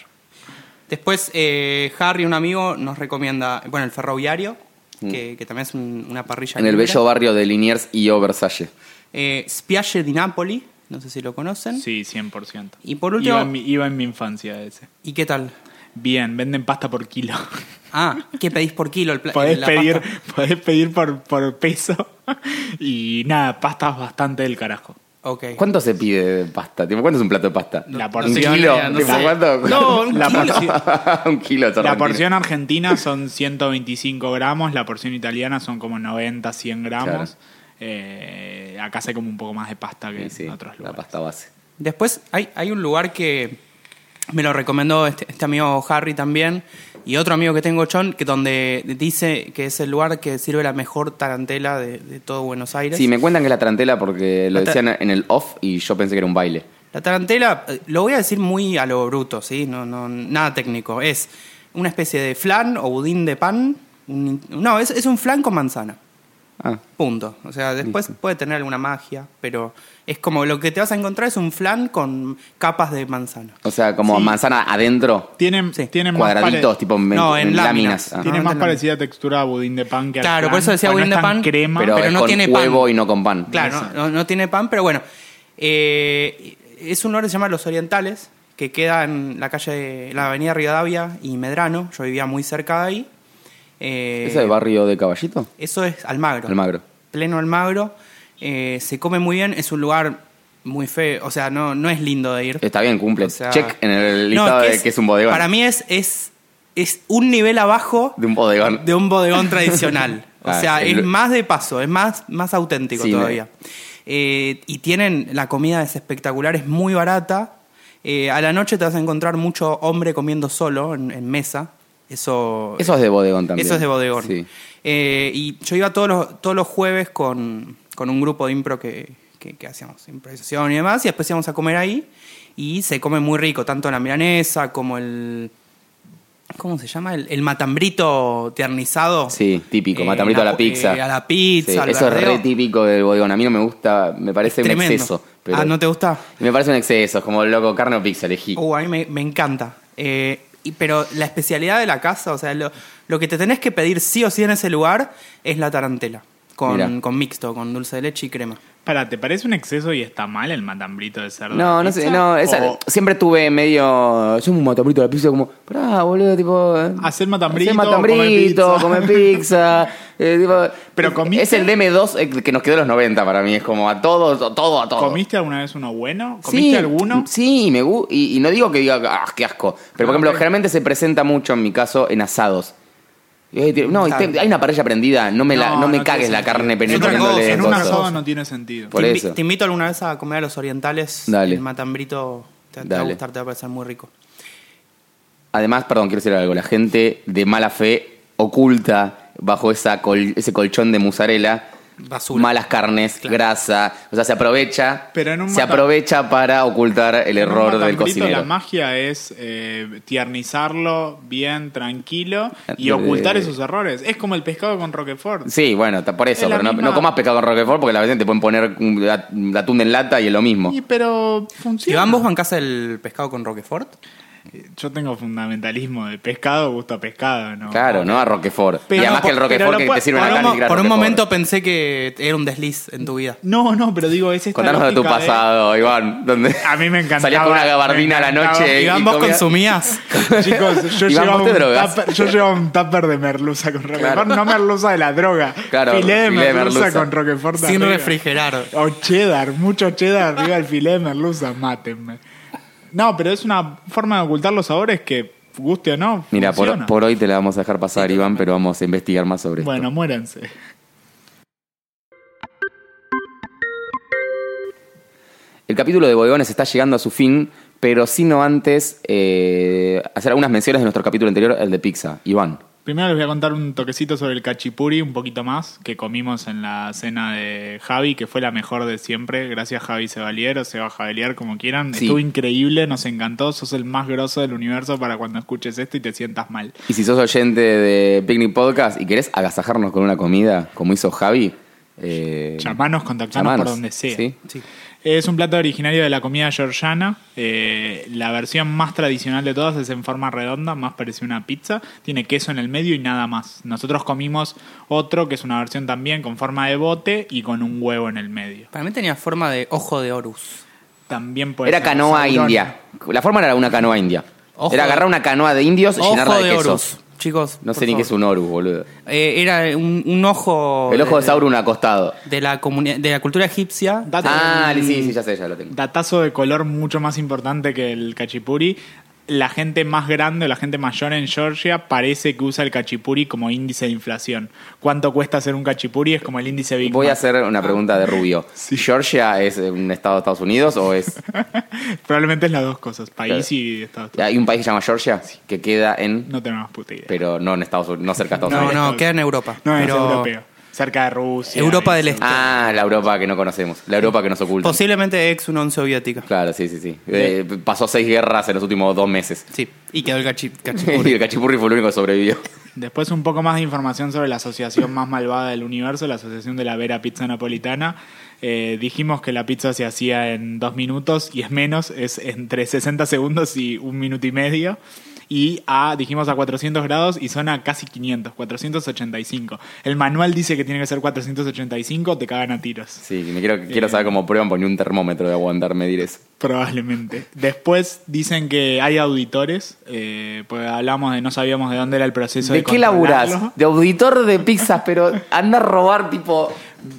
Speaker 5: Después, eh, Harry, un amigo, nos recomienda, bueno, el ferroviario, que, que también es un- una parrilla.
Speaker 3: Mm. En el
Speaker 5: libre.
Speaker 3: bello barrio de Liniers y Oversalle.
Speaker 5: Eh, Spiagge di Napoli, no sé si lo conocen.
Speaker 4: Sí, 100%.
Speaker 5: Y por último-
Speaker 4: Iba en mi, iba en mi infancia ese.
Speaker 5: ¿Y qué tal?
Speaker 4: Bien, venden pasta por kilo.
Speaker 5: Ah, ¿qué pedís por kilo? El pla-
Speaker 4: podés,
Speaker 5: [LAUGHS] la
Speaker 4: pedir,
Speaker 5: pasta?
Speaker 4: podés pedir por, por peso. [LAUGHS] y nada, pastas bastante del carajo.
Speaker 5: Ok.
Speaker 3: ¿Cuánto se pide de pasta? Tipo, ¿Cuánto es un plato de pasta?
Speaker 4: La
Speaker 3: ¿Un
Speaker 4: porción.
Speaker 3: kilo?
Speaker 5: idea, no
Speaker 3: Tipo,
Speaker 5: sé.
Speaker 3: ¿cuánto?
Speaker 5: No, un
Speaker 3: La
Speaker 5: kilo.
Speaker 3: porción- [LAUGHS] un kilo de
Speaker 4: La
Speaker 3: sorrentino.
Speaker 4: porción argentina son 125 gramos, la porción italiana son como 90, 100
Speaker 3: Claro.
Speaker 4: gramos. Eh, acá se come un poco más de pasta que
Speaker 3: Sí, sí,
Speaker 4: en otros
Speaker 3: la
Speaker 4: lugares.
Speaker 3: pasta base.
Speaker 5: Después hay, hay un lugar que me lo recomendó este, este amigo Harry también y otro amigo que tengo, John, que donde dice que es el lugar que sirve la mejor tarantela de, de todo Buenos Aires.
Speaker 3: Sí, me cuentan que es la trantela porque lo
Speaker 5: La tra-
Speaker 3: decían en el off y yo pensé que era un baile.
Speaker 5: La tarantela, eh, lo voy a decir muy a lo bruto, ¿sí? No, no, nada técnico. Es una especie de flan o budín de pan. un- no, es, es un flan con manzana.
Speaker 3: Ah,
Speaker 5: Punto. O sea, después puede tener alguna magia, pero es como lo que te vas a encontrar es un flan con capas de manzana.
Speaker 3: O sea, como
Speaker 4: Sí.
Speaker 3: manzana adentro.
Speaker 4: Tienen,
Speaker 5: Sí.
Speaker 4: tienen más
Speaker 3: cuadraditos,
Speaker 4: pare-
Speaker 3: tipo en,
Speaker 5: No,
Speaker 3: en
Speaker 5: en
Speaker 3: láminas.
Speaker 5: láminas.
Speaker 3: Ajá.
Speaker 5: Tiene-
Speaker 4: Tienen más
Speaker 5: Normalmente
Speaker 4: parecida textura a budín de pan que al
Speaker 5: Claro,
Speaker 4: flan,
Speaker 5: por eso decía
Speaker 4: o no
Speaker 5: budín
Speaker 4: es
Speaker 5: de
Speaker 4: tan
Speaker 5: pan,
Speaker 4: crema.
Speaker 3: Pero,
Speaker 5: Pero
Speaker 3: es
Speaker 5: no
Speaker 3: con
Speaker 5: tiene
Speaker 3: huevo
Speaker 5: pan.
Speaker 3: y no con pan.
Speaker 5: Claro, no,
Speaker 4: Exacto.
Speaker 5: no- no tiene pan, pero bueno. Eh, es un lugar que se llama Los Orientales, que queda en la calle, la avenida Rivadavia y Medrano. Yo vivía muy cerca de ahí. Eh,
Speaker 3: ¿Ese es el barrio de Caballito?
Speaker 5: Eso es Almagro.
Speaker 3: Almagro.
Speaker 5: Pleno Almagro. Eh, se come muy bien, es un lugar muy feo, o sea, no, no es lindo de ir.
Speaker 3: Está bien, cumple.
Speaker 5: O sea,
Speaker 3: Check en el
Speaker 5: no,
Speaker 3: listado de que es un bodegón.
Speaker 5: Para mí es, es, es un nivel abajo
Speaker 3: De un bodegón.
Speaker 5: de un
Speaker 3: [LAUGHS]
Speaker 5: bodegón tradicional. O
Speaker 3: Ah,
Speaker 5: sea,
Speaker 3: el-
Speaker 5: es más de paso, es más, más auténtico
Speaker 3: Sí,
Speaker 5: todavía. Eh, y tienen, la comida es espectacular, es muy barata. Eh, a la noche te vas a encontrar mucho hombre comiendo solo en, en mesa. Eso,
Speaker 3: Eso es de bodegón también.
Speaker 5: eso es de bodegón.
Speaker 3: Sí.
Speaker 5: Eh, y yo iba todos los, todos los jueves con, con un grupo de impro que, que- que hacíamos improvisación y demás, y después íbamos a comer ahí. Y se come muy rico, tanto la milanesa como el. ¿Cómo se llama? El, el matambrito tiernizado.
Speaker 3: Sí, típico, matambrito a la
Speaker 5: pu-
Speaker 3: pizza.
Speaker 5: eh, a la pizza,
Speaker 3: Sí,
Speaker 5: al
Speaker 3: eso es
Speaker 5: verdeo.
Speaker 3: re típico del bodegón. A mí no me gusta, me parece un
Speaker 5: Tremendo.
Speaker 3: exceso. pero-
Speaker 5: Ah, ¿no te gusta?
Speaker 3: Me parece un exceso, es como loco, carne o pizza, elegí.
Speaker 5: Uh, a mí me, me encanta. Eh, y- pero la especialidad de la casa, o sea, lo, lo que te tenés que pedir sí o sí en ese lugar es la tarantela. Con,
Speaker 3: Mirá.
Speaker 5: con mixto, con dulce de leche y crema.
Speaker 4: Para, ¿te parece un exceso y está mal el matambrito de cerdo?
Speaker 3: No,
Speaker 4: en
Speaker 3: no
Speaker 4: pizza?
Speaker 3: sé, no, esa-
Speaker 4: O
Speaker 3: siempre tuve medio. Yo un matambrito a la pizza, como, pará, boludo, tipo.
Speaker 4: Hacer matambrito,
Speaker 3: Hacer matambrito,
Speaker 4: comer
Speaker 3: comer
Speaker 4: [LAUGHS]
Speaker 3: pizza. eh, tipo,
Speaker 4: Pero comiste-
Speaker 3: Es el DM2 eh, que nos quedó en los 90 para mí, es como a todos, a todo, a todo.
Speaker 4: ¿Comiste alguna vez uno bueno? ¿Comiste
Speaker 3: Sí,
Speaker 4: alguno?
Speaker 3: Sí, me gu- y, y no digo que diga, ah, qué asco. Pero, por ejemplo, generalmente se presenta mucho, en mi caso, en asados. Y ahí tiene- No, y
Speaker 5: Claro.
Speaker 3: te- hay una parrilla prendida, no me, la, no me
Speaker 4: tiene
Speaker 3: cagues la
Speaker 4: sentido.
Speaker 3: carne
Speaker 4: En otra
Speaker 5: penetrándole
Speaker 4: cosa,
Speaker 3: penetrándole
Speaker 4: En un
Speaker 5: cosas.
Speaker 4: asado no tiene sentido.
Speaker 3: Por
Speaker 5: te, invi-
Speaker 3: eso.
Speaker 5: te invito alguna vez a comer a los orientales.
Speaker 3: Dale.
Speaker 5: El matambrito te, te va a
Speaker 3: Dale.
Speaker 5: gustar, te va a parecer muy rico.
Speaker 3: Además, perdón, quiero decir algo. La gente de mala fe oculta bajo esa col- ese colchón de mozzarella
Speaker 5: Basura.
Speaker 3: malas carnes,
Speaker 5: Claro.
Speaker 3: grasa. O sea, se aprovecha.
Speaker 4: Pero en un
Speaker 3: se
Speaker 4: mata-
Speaker 3: aprovecha para ocultar el
Speaker 4: En un
Speaker 3: error del
Speaker 4: matambrito
Speaker 3: cocinero.
Speaker 4: La magia es eh, tiernizarlo bien, tranquilo y
Speaker 3: Eh,
Speaker 4: ocultar esos errores. Es como el pescado con Roquefort.
Speaker 3: Sí, bueno, ta- por eso,
Speaker 4: Es la
Speaker 3: pero no,
Speaker 4: misma-
Speaker 3: no comas pescado con roquefort porque a veces te pueden poner un at- atún en lata y es lo mismo.
Speaker 4: Y, pero
Speaker 5: ¿Y
Speaker 4: funciona.
Speaker 5: ambos bancás el pescado con Roquefort?
Speaker 4: Yo tengo fundamentalismo de pescado, gusto a pescado, ¿no?
Speaker 3: Claro, no a roquefort.
Speaker 4: Pero
Speaker 3: y además
Speaker 4: no,
Speaker 3: que el
Speaker 4: por- pero
Speaker 3: roquefort
Speaker 4: no
Speaker 3: que
Speaker 4: puede-
Speaker 3: te sirve
Speaker 4: por
Speaker 3: en
Speaker 5: Por,
Speaker 3: la
Speaker 5: un,
Speaker 3: carne
Speaker 5: mo-
Speaker 3: ni siquiera
Speaker 5: por un
Speaker 3: roquefort.
Speaker 5: momento pensé que era un desliz en tu vida.
Speaker 4: No, no, pero digo, es esta
Speaker 3: Contanos de tu
Speaker 4: lógica
Speaker 3: pasado, Iván. Donde
Speaker 4: ¿eh? A mí me encantaba,
Speaker 3: Salías con una gabardina a la
Speaker 4: me encantaba.
Speaker 3: noche.
Speaker 5: Y ambos
Speaker 3: comías- [LAUGHS]
Speaker 5: consumías.
Speaker 4: Chicos,
Speaker 3: Iván,
Speaker 4: yo llevaba,
Speaker 3: vos te
Speaker 4: un
Speaker 3: drogas.
Speaker 4: tupper, yo llevaba un tupper de merluza con Roquefort.
Speaker 3: Claro.
Speaker 4: No merluza de la droga.
Speaker 3: Claro,
Speaker 4: filé de
Speaker 3: filé de
Speaker 4: merluza,
Speaker 3: merluza.
Speaker 4: con Roquefort.
Speaker 5: sin
Speaker 4: arriba.
Speaker 5: refrigerar.
Speaker 4: O cheddar, mucho cheddar arriba del filé de merluza, mátenme. No, pero es una forma de ocultar los sabores que, guste o no,
Speaker 3: Mira, por,
Speaker 4: funciona.
Speaker 3: por hoy te la vamos a dejar pasar, Iván, pero vamos a investigar más sobre esto.
Speaker 4: Bueno, muéranse.
Speaker 3: El capítulo de Bodegones está llegando a su fin, pero sino antes eh, hacer algunas menciones de nuestro capítulo anterior, el de pizza. Iván.
Speaker 4: Primero les voy a contar un toquecito sobre el cachipuri, un poquito más, que comimos en la cena de Javi, que fue la mejor de siempre. Gracias Javi Sebalier o Seba Javelier, como quieran.
Speaker 3: Sí.
Speaker 4: Estuvo increíble, nos encantó. Sos el más grosso del universo para cuando escuches esto y te sientas mal.
Speaker 3: Y si sos oyente de Picnic Podcast y querés agasajarnos con una comida, como hizo Javi, eh,
Speaker 4: Llamanos, contactanos
Speaker 3: llamanos.
Speaker 4: por donde sea.
Speaker 3: Sí.
Speaker 5: Sí.
Speaker 4: Es un plato originario de la comida georgiana. Eh, la versión más tradicional de todas es en forma redonda, más parecida a una pizza. Tiene queso en el medio y nada más. Nosotros comimos otro que es una versión también con forma de bote y con un huevo en el medio.
Speaker 5: Para mí tenía forma de ojo de Horus.
Speaker 4: También puede
Speaker 3: Era
Speaker 4: ser
Speaker 3: canoa
Speaker 4: saurón.
Speaker 3: india. La forma era una canoa india.
Speaker 5: Ojo
Speaker 3: era
Speaker 5: de-
Speaker 3: agarrar una canoa de indios y llenarla
Speaker 5: Ojo
Speaker 3: de,
Speaker 5: de
Speaker 3: queso.
Speaker 5: Horus. Chicos.
Speaker 3: No
Speaker 5: por
Speaker 3: sé ni qué es
Speaker 5: favor.
Speaker 3: un Horus, boludo.
Speaker 5: Eh, era un, un ojo.
Speaker 3: El ojo de Sauron acostado.
Speaker 5: De la, comuni- de la cultura egipcia.
Speaker 4: Dato-
Speaker 3: Ah, sí, sí, ya sé, ya lo tengo.
Speaker 4: datazo de color mucho más importante que el cachipuri. La gente más grande, la gente mayor en Georgia parece que usa el cachipuri como índice de inflación. ¿Cuánto cuesta hacer un cachipuri? Es como el índice Big
Speaker 3: Voy a
Speaker 4: Mac.
Speaker 3: hacer una pregunta de
Speaker 4: [LAUGHS]
Speaker 3: Rubio. ¿Georgia es un estado de Estados Unidos o es
Speaker 4: Probablemente es las dos cosas, país
Speaker 3: Claro.
Speaker 4: y Estados Unidos.
Speaker 3: Hay un país que se llama Georgia que queda en.
Speaker 4: No tenemos puta idea.
Speaker 3: Pero no en Estados Unidos, no cerca de Estados
Speaker 5: No,
Speaker 3: Unidos.
Speaker 5: no, queda en Europa.
Speaker 4: no, es
Speaker 5: pero
Speaker 4: europeo. Cerca de Rusia.
Speaker 5: Europa
Speaker 4: y
Speaker 5: del
Speaker 4: eso.
Speaker 5: Este.
Speaker 3: Ah, la Europa que no conocemos. La Europa que nos oculta.
Speaker 5: Posiblemente ex Unión Soviética.
Speaker 3: Claro, sí, sí, sí. Eh, pasó seis guerras en los últimos dos meses. [LAUGHS]
Speaker 5: Sí. Y quedó el cachi-
Speaker 3: y [LAUGHS]
Speaker 5: cachipurri.
Speaker 3: el cachipurri fue el único que sobrevivió.
Speaker 4: Después un poco más de información sobre la asociación más malvada del universo, la asociación de la Vera Pizza Napolitana. Eh, dijimos que la pizza se hacía en dos minutos y es menos, es entre 60 segundos y un minuto y medio. Y a, dijimos a 400 grados y son a casi 500, 485. El manual dice que tiene que ser 485, te cagan a tiros.
Speaker 3: Sí, me quiero, quiero saber cómo prueban poner un termómetro de aguantar medir eso.
Speaker 4: Probablemente. Después dicen que hay auditores, eh, pues hablamos de no sabíamos de dónde era el proceso. ¿De,
Speaker 3: ¿De qué
Speaker 4: controlarlo.
Speaker 3: laburás? De auditor de pizzas, pero anda a robar, tipo.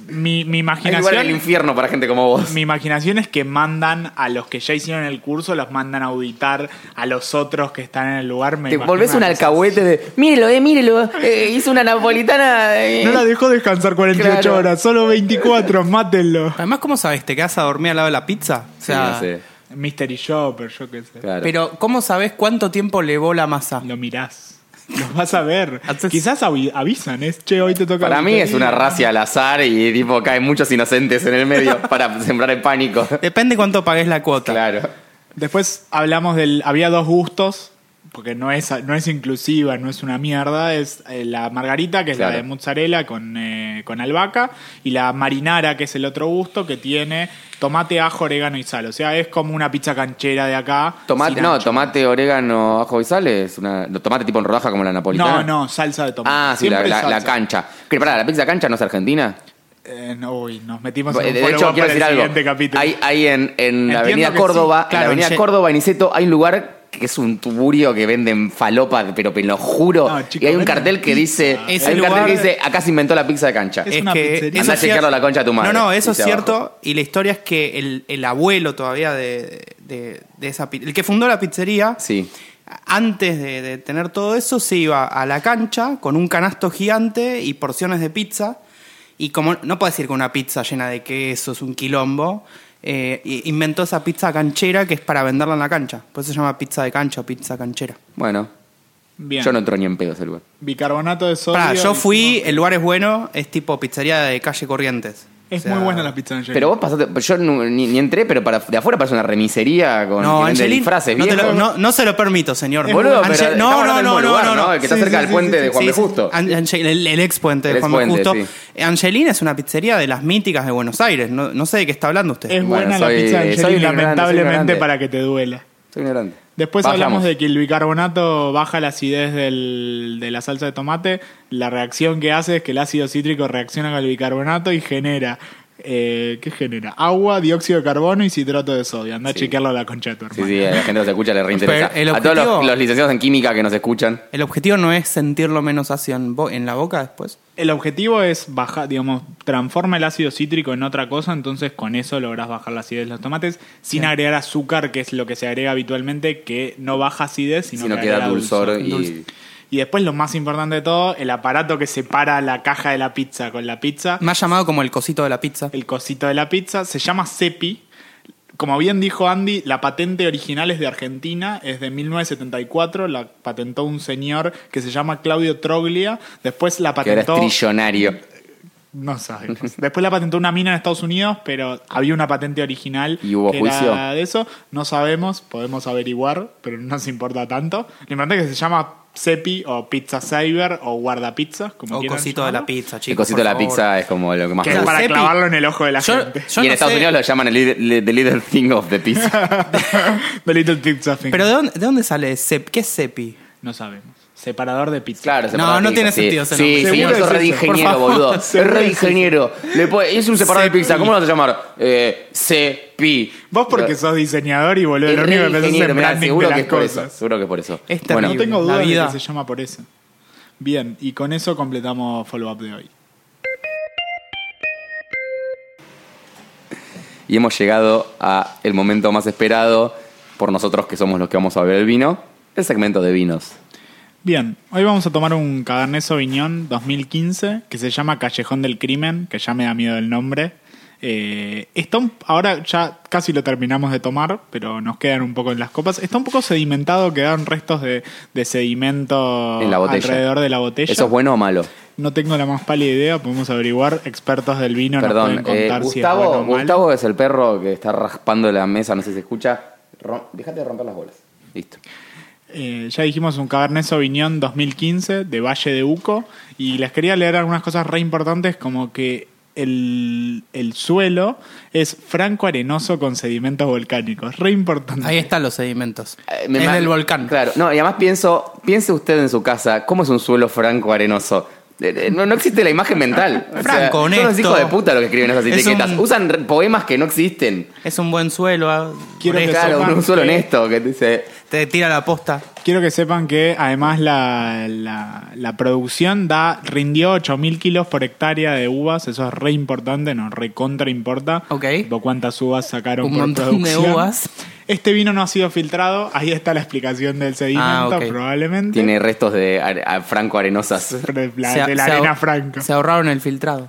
Speaker 4: Mi, mi
Speaker 3: Hay lugar en el
Speaker 4: imaginación.
Speaker 3: infierno para gente como vos.
Speaker 4: Mi imaginación es que mandan a los que ya hicieron el curso, los mandan a auditar a los otros que están en el lugar. Me
Speaker 3: Te
Speaker 4: imagino
Speaker 3: volvés un
Speaker 4: una cosa
Speaker 3: alcahuete de. Mírelo, eh, mírelo. [LAUGHS] eh, hizo una napolitana. eh".
Speaker 4: así. No la dejó descansar 48
Speaker 3: Claro.
Speaker 4: horas, solo 24, mátenlo.
Speaker 5: Además, ¿cómo sabes? ¿Te quedas a dormir al lado de la pizza? O
Speaker 3: Sí,
Speaker 5: sea,
Speaker 3: no sé.
Speaker 4: Mystery Shopper, yo qué sé.
Speaker 3: Claro.
Speaker 5: Pero, ¿cómo sabes cuánto tiempo levó la masa?
Speaker 4: Lo mirás. Lo vas a ver.
Speaker 5: Haces-
Speaker 4: Quizás avi- avisan, es che, hoy te toca.
Speaker 3: Para mí es
Speaker 4: auditoría".
Speaker 3: una racia al azar y tipo caen muchos inocentes en el medio para sembrar el pánico.
Speaker 5: Depende cuánto pagues la cuota.
Speaker 3: Claro.
Speaker 4: Después hablamos del. Había dos gustos porque no es, no es inclusiva, no es una mierda, es eh, la margarita, que es
Speaker 3: Claro.
Speaker 4: la de mozzarella con, eh, con albahaca, y la marinara, que es el otro gusto, que tiene tomate, ajo, orégano y sal. O sea, es como una pizza canchera de acá.
Speaker 3: Tomate,
Speaker 4: sin
Speaker 3: no,
Speaker 4: ancho.
Speaker 3: tomate, orégano, ajo y sal es una. no, Tomate tipo en rodaja como la napolitana.
Speaker 4: No, no, salsa de tomate.
Speaker 3: Ah, sí, la,
Speaker 4: Siempre
Speaker 3: la- la
Speaker 4: salsa.
Speaker 3: cancha. Que pará, ¿la pizza cancha no es argentina?
Speaker 4: Eh, no, uy, nos metimos
Speaker 3: Eh,
Speaker 4: en un
Speaker 3: De hecho,
Speaker 4: follow-up
Speaker 3: quiero
Speaker 4: para
Speaker 3: decir
Speaker 4: el
Speaker 3: algo.
Speaker 4: siguiente capítulo.
Speaker 3: Hay, hay en, en la
Speaker 4: Entiendo
Speaker 3: Avenida
Speaker 4: que
Speaker 3: Córdoba,
Speaker 4: sí, claro,
Speaker 3: en la Avenida
Speaker 4: en-
Speaker 3: Córdoba y Niceto, hay un lugar que es un tuburio que venden falopa, pero te lo juro.
Speaker 4: No, chico,
Speaker 3: y hay un
Speaker 4: venden
Speaker 3: cartel que dice, hay
Speaker 5: Ese
Speaker 3: un cartel
Speaker 5: lugar-
Speaker 3: que dice, acá se inventó la pizza de cancha. Eh,
Speaker 4: Es una pizzería.
Speaker 3: Andá a
Speaker 5: es cier-
Speaker 3: chequearlo a la concha de tu madre.
Speaker 5: No, no, eso es
Speaker 3: Dice
Speaker 5: cierto.
Speaker 3: abajo.
Speaker 5: Y la historia es que el, el abuelo todavía de, de- de esa pi- el que fundó la pizzería,
Speaker 3: Sí.
Speaker 5: antes de, de tener todo eso, se iba a la cancha con un canasto gigante y porciones de pizza. Y como no puedo decir que una pizza llena de queso es un quilombo, eh, i- inventó esa pizza canchera que es para venderla en la cancha. Por eso se llama pizza de cancha o pizza canchera.
Speaker 3: Bueno,
Speaker 4: Bien.
Speaker 3: yo no entro ni en pedo a ese lugar.
Speaker 4: Bicarbonato de sodio.
Speaker 5: Pará, yo
Speaker 4: y-
Speaker 5: fui, el lugar es bueno, es tipo pizzería de calle Corrientes.
Speaker 4: Es
Speaker 5: O sea,
Speaker 4: muy buena la pizza de Angelina.
Speaker 3: Pero vos pasaste, yo nu- ni, ni entré, pero para, de afuera parece una remisería con
Speaker 5: No,
Speaker 3: que vende
Speaker 5: Angelín,
Speaker 3: disfraces,
Speaker 5: no, te lo-
Speaker 3: viejo.
Speaker 5: no- no se lo permito, señor.
Speaker 3: Boludo, pero
Speaker 5: Angel-
Speaker 3: estamos
Speaker 5: no,
Speaker 3: hablando
Speaker 5: no,
Speaker 3: del mismo
Speaker 5: no, no,
Speaker 3: lugar,
Speaker 5: no,
Speaker 3: El que está cerca del puente de Juan
Speaker 5: Sí,
Speaker 3: B.
Speaker 5: sí,
Speaker 3: Justo.
Speaker 5: An- Angel- el, el ex puente de
Speaker 3: El
Speaker 5: Juan
Speaker 3: ex
Speaker 5: B.
Speaker 3: puente,
Speaker 5: Justo.
Speaker 3: sí.
Speaker 5: Angelín es una pizzería de las míticas de Buenos Aires. No, no sé de qué está hablando usted.
Speaker 4: Es
Speaker 3: Este, Bueno,
Speaker 4: buena
Speaker 3: soy-
Speaker 4: la pizza de
Speaker 3: soy
Speaker 4: Angelina,
Speaker 3: ignorante, soy
Speaker 4: lamentablemente
Speaker 3: ignorante.
Speaker 4: para que te duela.
Speaker 3: Soy ignorante.
Speaker 4: Después
Speaker 3: Bajamos.
Speaker 4: hablamos de que el bicarbonato baja la acidez del- de la salsa de tomate. La reacción que hace es que el ácido cítrico reacciona con el bicarbonato y genera. eh, ¿Qué genera? Agua, dióxido de carbono y citrato de sodio.
Speaker 3: Sí.
Speaker 4: Anda a chequearlo a la concha de tu
Speaker 3: Sí,
Speaker 4: hermano.
Speaker 3: sí, a la gente que nos escucha le reinteresa.
Speaker 5: Pero el
Speaker 3: a todos los,
Speaker 5: objetivo-
Speaker 3: los licenciados en química que nos escuchan.
Speaker 5: El objetivo no es sentirlo menos ácido en, bo- en la boca después.
Speaker 4: El objetivo es bajar, digamos, transforma el ácido cítrico en otra cosa, entonces con eso lográs bajar la acidez de los tomates sin agregar azúcar, que es lo que se agrega habitualmente, que no baja acidez, sino,
Speaker 3: Sino
Speaker 4: que
Speaker 3: queda
Speaker 4: agrega
Speaker 3: dulzor y-
Speaker 4: Y después lo más importante de todo, el aparato que separa la caja de la pizza con la pizza,
Speaker 5: Más llamado como el cosito de la pizza.
Speaker 4: el cosito de la pizza, se llama CEPI. Como bien dijo Andy, la patente original es de Argentina, es de 1974, la patentó un señor que se llama Claudio Troglia, después la
Speaker 3: Que ahora es
Speaker 4: patentó...
Speaker 3: trillonario.
Speaker 4: No sabemos. [LAUGHS] Después la patentó una mina en Estados Unidos, pero había una patente original
Speaker 3: ¿Y hubo
Speaker 4: que
Speaker 3: juicio?
Speaker 4: era de eso. No sabemos, podemos averiguar, pero no nos importa tanto. Lo importante es que se llama CEPI o Pizza Saver o Guardapizza, como
Speaker 5: O
Speaker 4: quieran
Speaker 5: Oh, cosito de la
Speaker 4: llamarlo,
Speaker 5: pizza, chicos.
Speaker 3: el cosito de
Speaker 5: por
Speaker 3: la
Speaker 5: favor.
Speaker 3: pizza es como lo que más
Speaker 4: Que
Speaker 3: me
Speaker 4: es
Speaker 5: O sea,
Speaker 3: gusta.
Speaker 4: para
Speaker 5: CEPI.
Speaker 4: clavarlo en el ojo de la
Speaker 5: Yo-
Speaker 4: gente. [LAUGHS]
Speaker 5: yo
Speaker 3: y en
Speaker 5: no
Speaker 3: Estados
Speaker 5: sé-
Speaker 3: Unidos lo llaman el little- li- the little thing of the pizza.
Speaker 4: The Little Pizza Thing.
Speaker 5: Pero ¿de dónde, de dónde sale Sep? ¿Qué es Sepi?
Speaker 4: No sabemos. Separador de pizza.
Speaker 3: Claro,
Speaker 5: No,
Speaker 3: separador
Speaker 5: no
Speaker 3: de
Speaker 5: tiene
Speaker 3: pizza,
Speaker 5: sentido
Speaker 3: Sí,
Speaker 5: ese
Speaker 3: sí,
Speaker 5: nombre.
Speaker 3: señor,
Speaker 4: Seguro
Speaker 3: es
Speaker 4: es
Speaker 3: re
Speaker 4: eso.
Speaker 3: ingeniero,
Speaker 5: Por favor,
Speaker 3: boludo. Es
Speaker 4: seguro
Speaker 3: re
Speaker 4: es
Speaker 3: ingeniero. Le puede- es un separador de
Speaker 4: Cepi.
Speaker 3: pizza. ¿Cómo lo vas a llamar? Eh, Cepi.
Speaker 4: Vos porque sos diseñador y boludo,
Speaker 3: Es
Speaker 4: lo
Speaker 3: re
Speaker 4: único que pensás es
Speaker 3: ingeniero,
Speaker 4: en
Speaker 3: mirá,
Speaker 4: branding
Speaker 3: seguro
Speaker 4: de
Speaker 3: que
Speaker 4: las
Speaker 3: es por eso.
Speaker 4: cosas.
Speaker 3: Seguro que es por eso.
Speaker 5: Es
Speaker 4: No
Speaker 5: terrible.
Speaker 4: tengo
Speaker 5: La
Speaker 4: duda de
Speaker 5: vida.
Speaker 4: que se llama por eso. Bien, y con eso completamos follow-up de hoy.
Speaker 3: Y hemos llegado a el momento más esperado por nosotros que somos los que vamos a ver el vino, el segmento de vinos.
Speaker 4: Bien, hoy vamos a tomar un Cabernet Sauvignon 2015 que se llama Callejón del Crimen, que ya me da miedo el nombre. Eh, está un- ahora ya casi lo terminamos de tomar, pero nos quedan un poco en las copas. Está un poco sedimentado, quedaron restos de, de sedimento
Speaker 3: En la botella.
Speaker 4: alrededor de la botella.
Speaker 3: ¿Eso es bueno o malo?
Speaker 4: No tengo la más pálida idea, podemos averiguar. Expertos del vino
Speaker 3: Perdón,
Speaker 4: nos pueden
Speaker 3: eh,
Speaker 4: contar si es
Speaker 3: Gustavo,
Speaker 4: bueno o malo.
Speaker 3: Gustavo es el perro que está raspando la mesa, no sé si se escucha. Rom- Dejate de romper las bolas. Listo.
Speaker 4: Eh, ya dijimos un Cabernet Sauvignon 2015 de Valle de Uco y les quería leer algunas cosas re importantes como que el, el suelo es franco arenoso con sedimentos volcánicos. Re importante.
Speaker 5: Ahí están los sedimentos.
Speaker 3: Eh, me
Speaker 5: es
Speaker 3: ma-
Speaker 5: del volcán.
Speaker 3: Claro, no, y además pienso, piense usted en su casa, ¿cómo es un suelo franco arenoso? Eh, eh, No, no existe la imagen
Speaker 5: [LAUGHS]
Speaker 3: mental. O sea,
Speaker 5: Franco,
Speaker 3: Son los
Speaker 5: honesto.
Speaker 3: hijos de puta los que escriben esas
Speaker 5: Es
Speaker 3: etiquetas.
Speaker 5: un-
Speaker 3: Usan re- poemas que no existen.
Speaker 5: Es un buen suelo. ah,
Speaker 4: Quiero que
Speaker 5: honesto,
Speaker 3: Claro,
Speaker 4: sepan
Speaker 3: un suelo
Speaker 4: que-
Speaker 3: honesto que dice.
Speaker 5: Te tira la posta.
Speaker 4: Quiero que sepan que además la, la- la producción da rindió 8.000 kilos por hectárea de uvas. Eso es re importante, nos re contra importa.
Speaker 5: Ok.
Speaker 4: Tipo, ¿Cuántas uvas sacaron
Speaker 5: Un
Speaker 4: por
Speaker 5: montón de
Speaker 4: producción.
Speaker 5: uvas.
Speaker 4: Este vino no ha sido filtrado. Ahí está la explicación del sedimento,
Speaker 5: Ah, ok.
Speaker 4: probablemente.
Speaker 3: Tiene restos de are- a- franco arenosas.
Speaker 4: [LAUGHS] Pre- la-
Speaker 5: Se-
Speaker 4: de la
Speaker 5: se ahor-
Speaker 4: arena franca.
Speaker 5: Se ahorraron el filtrado.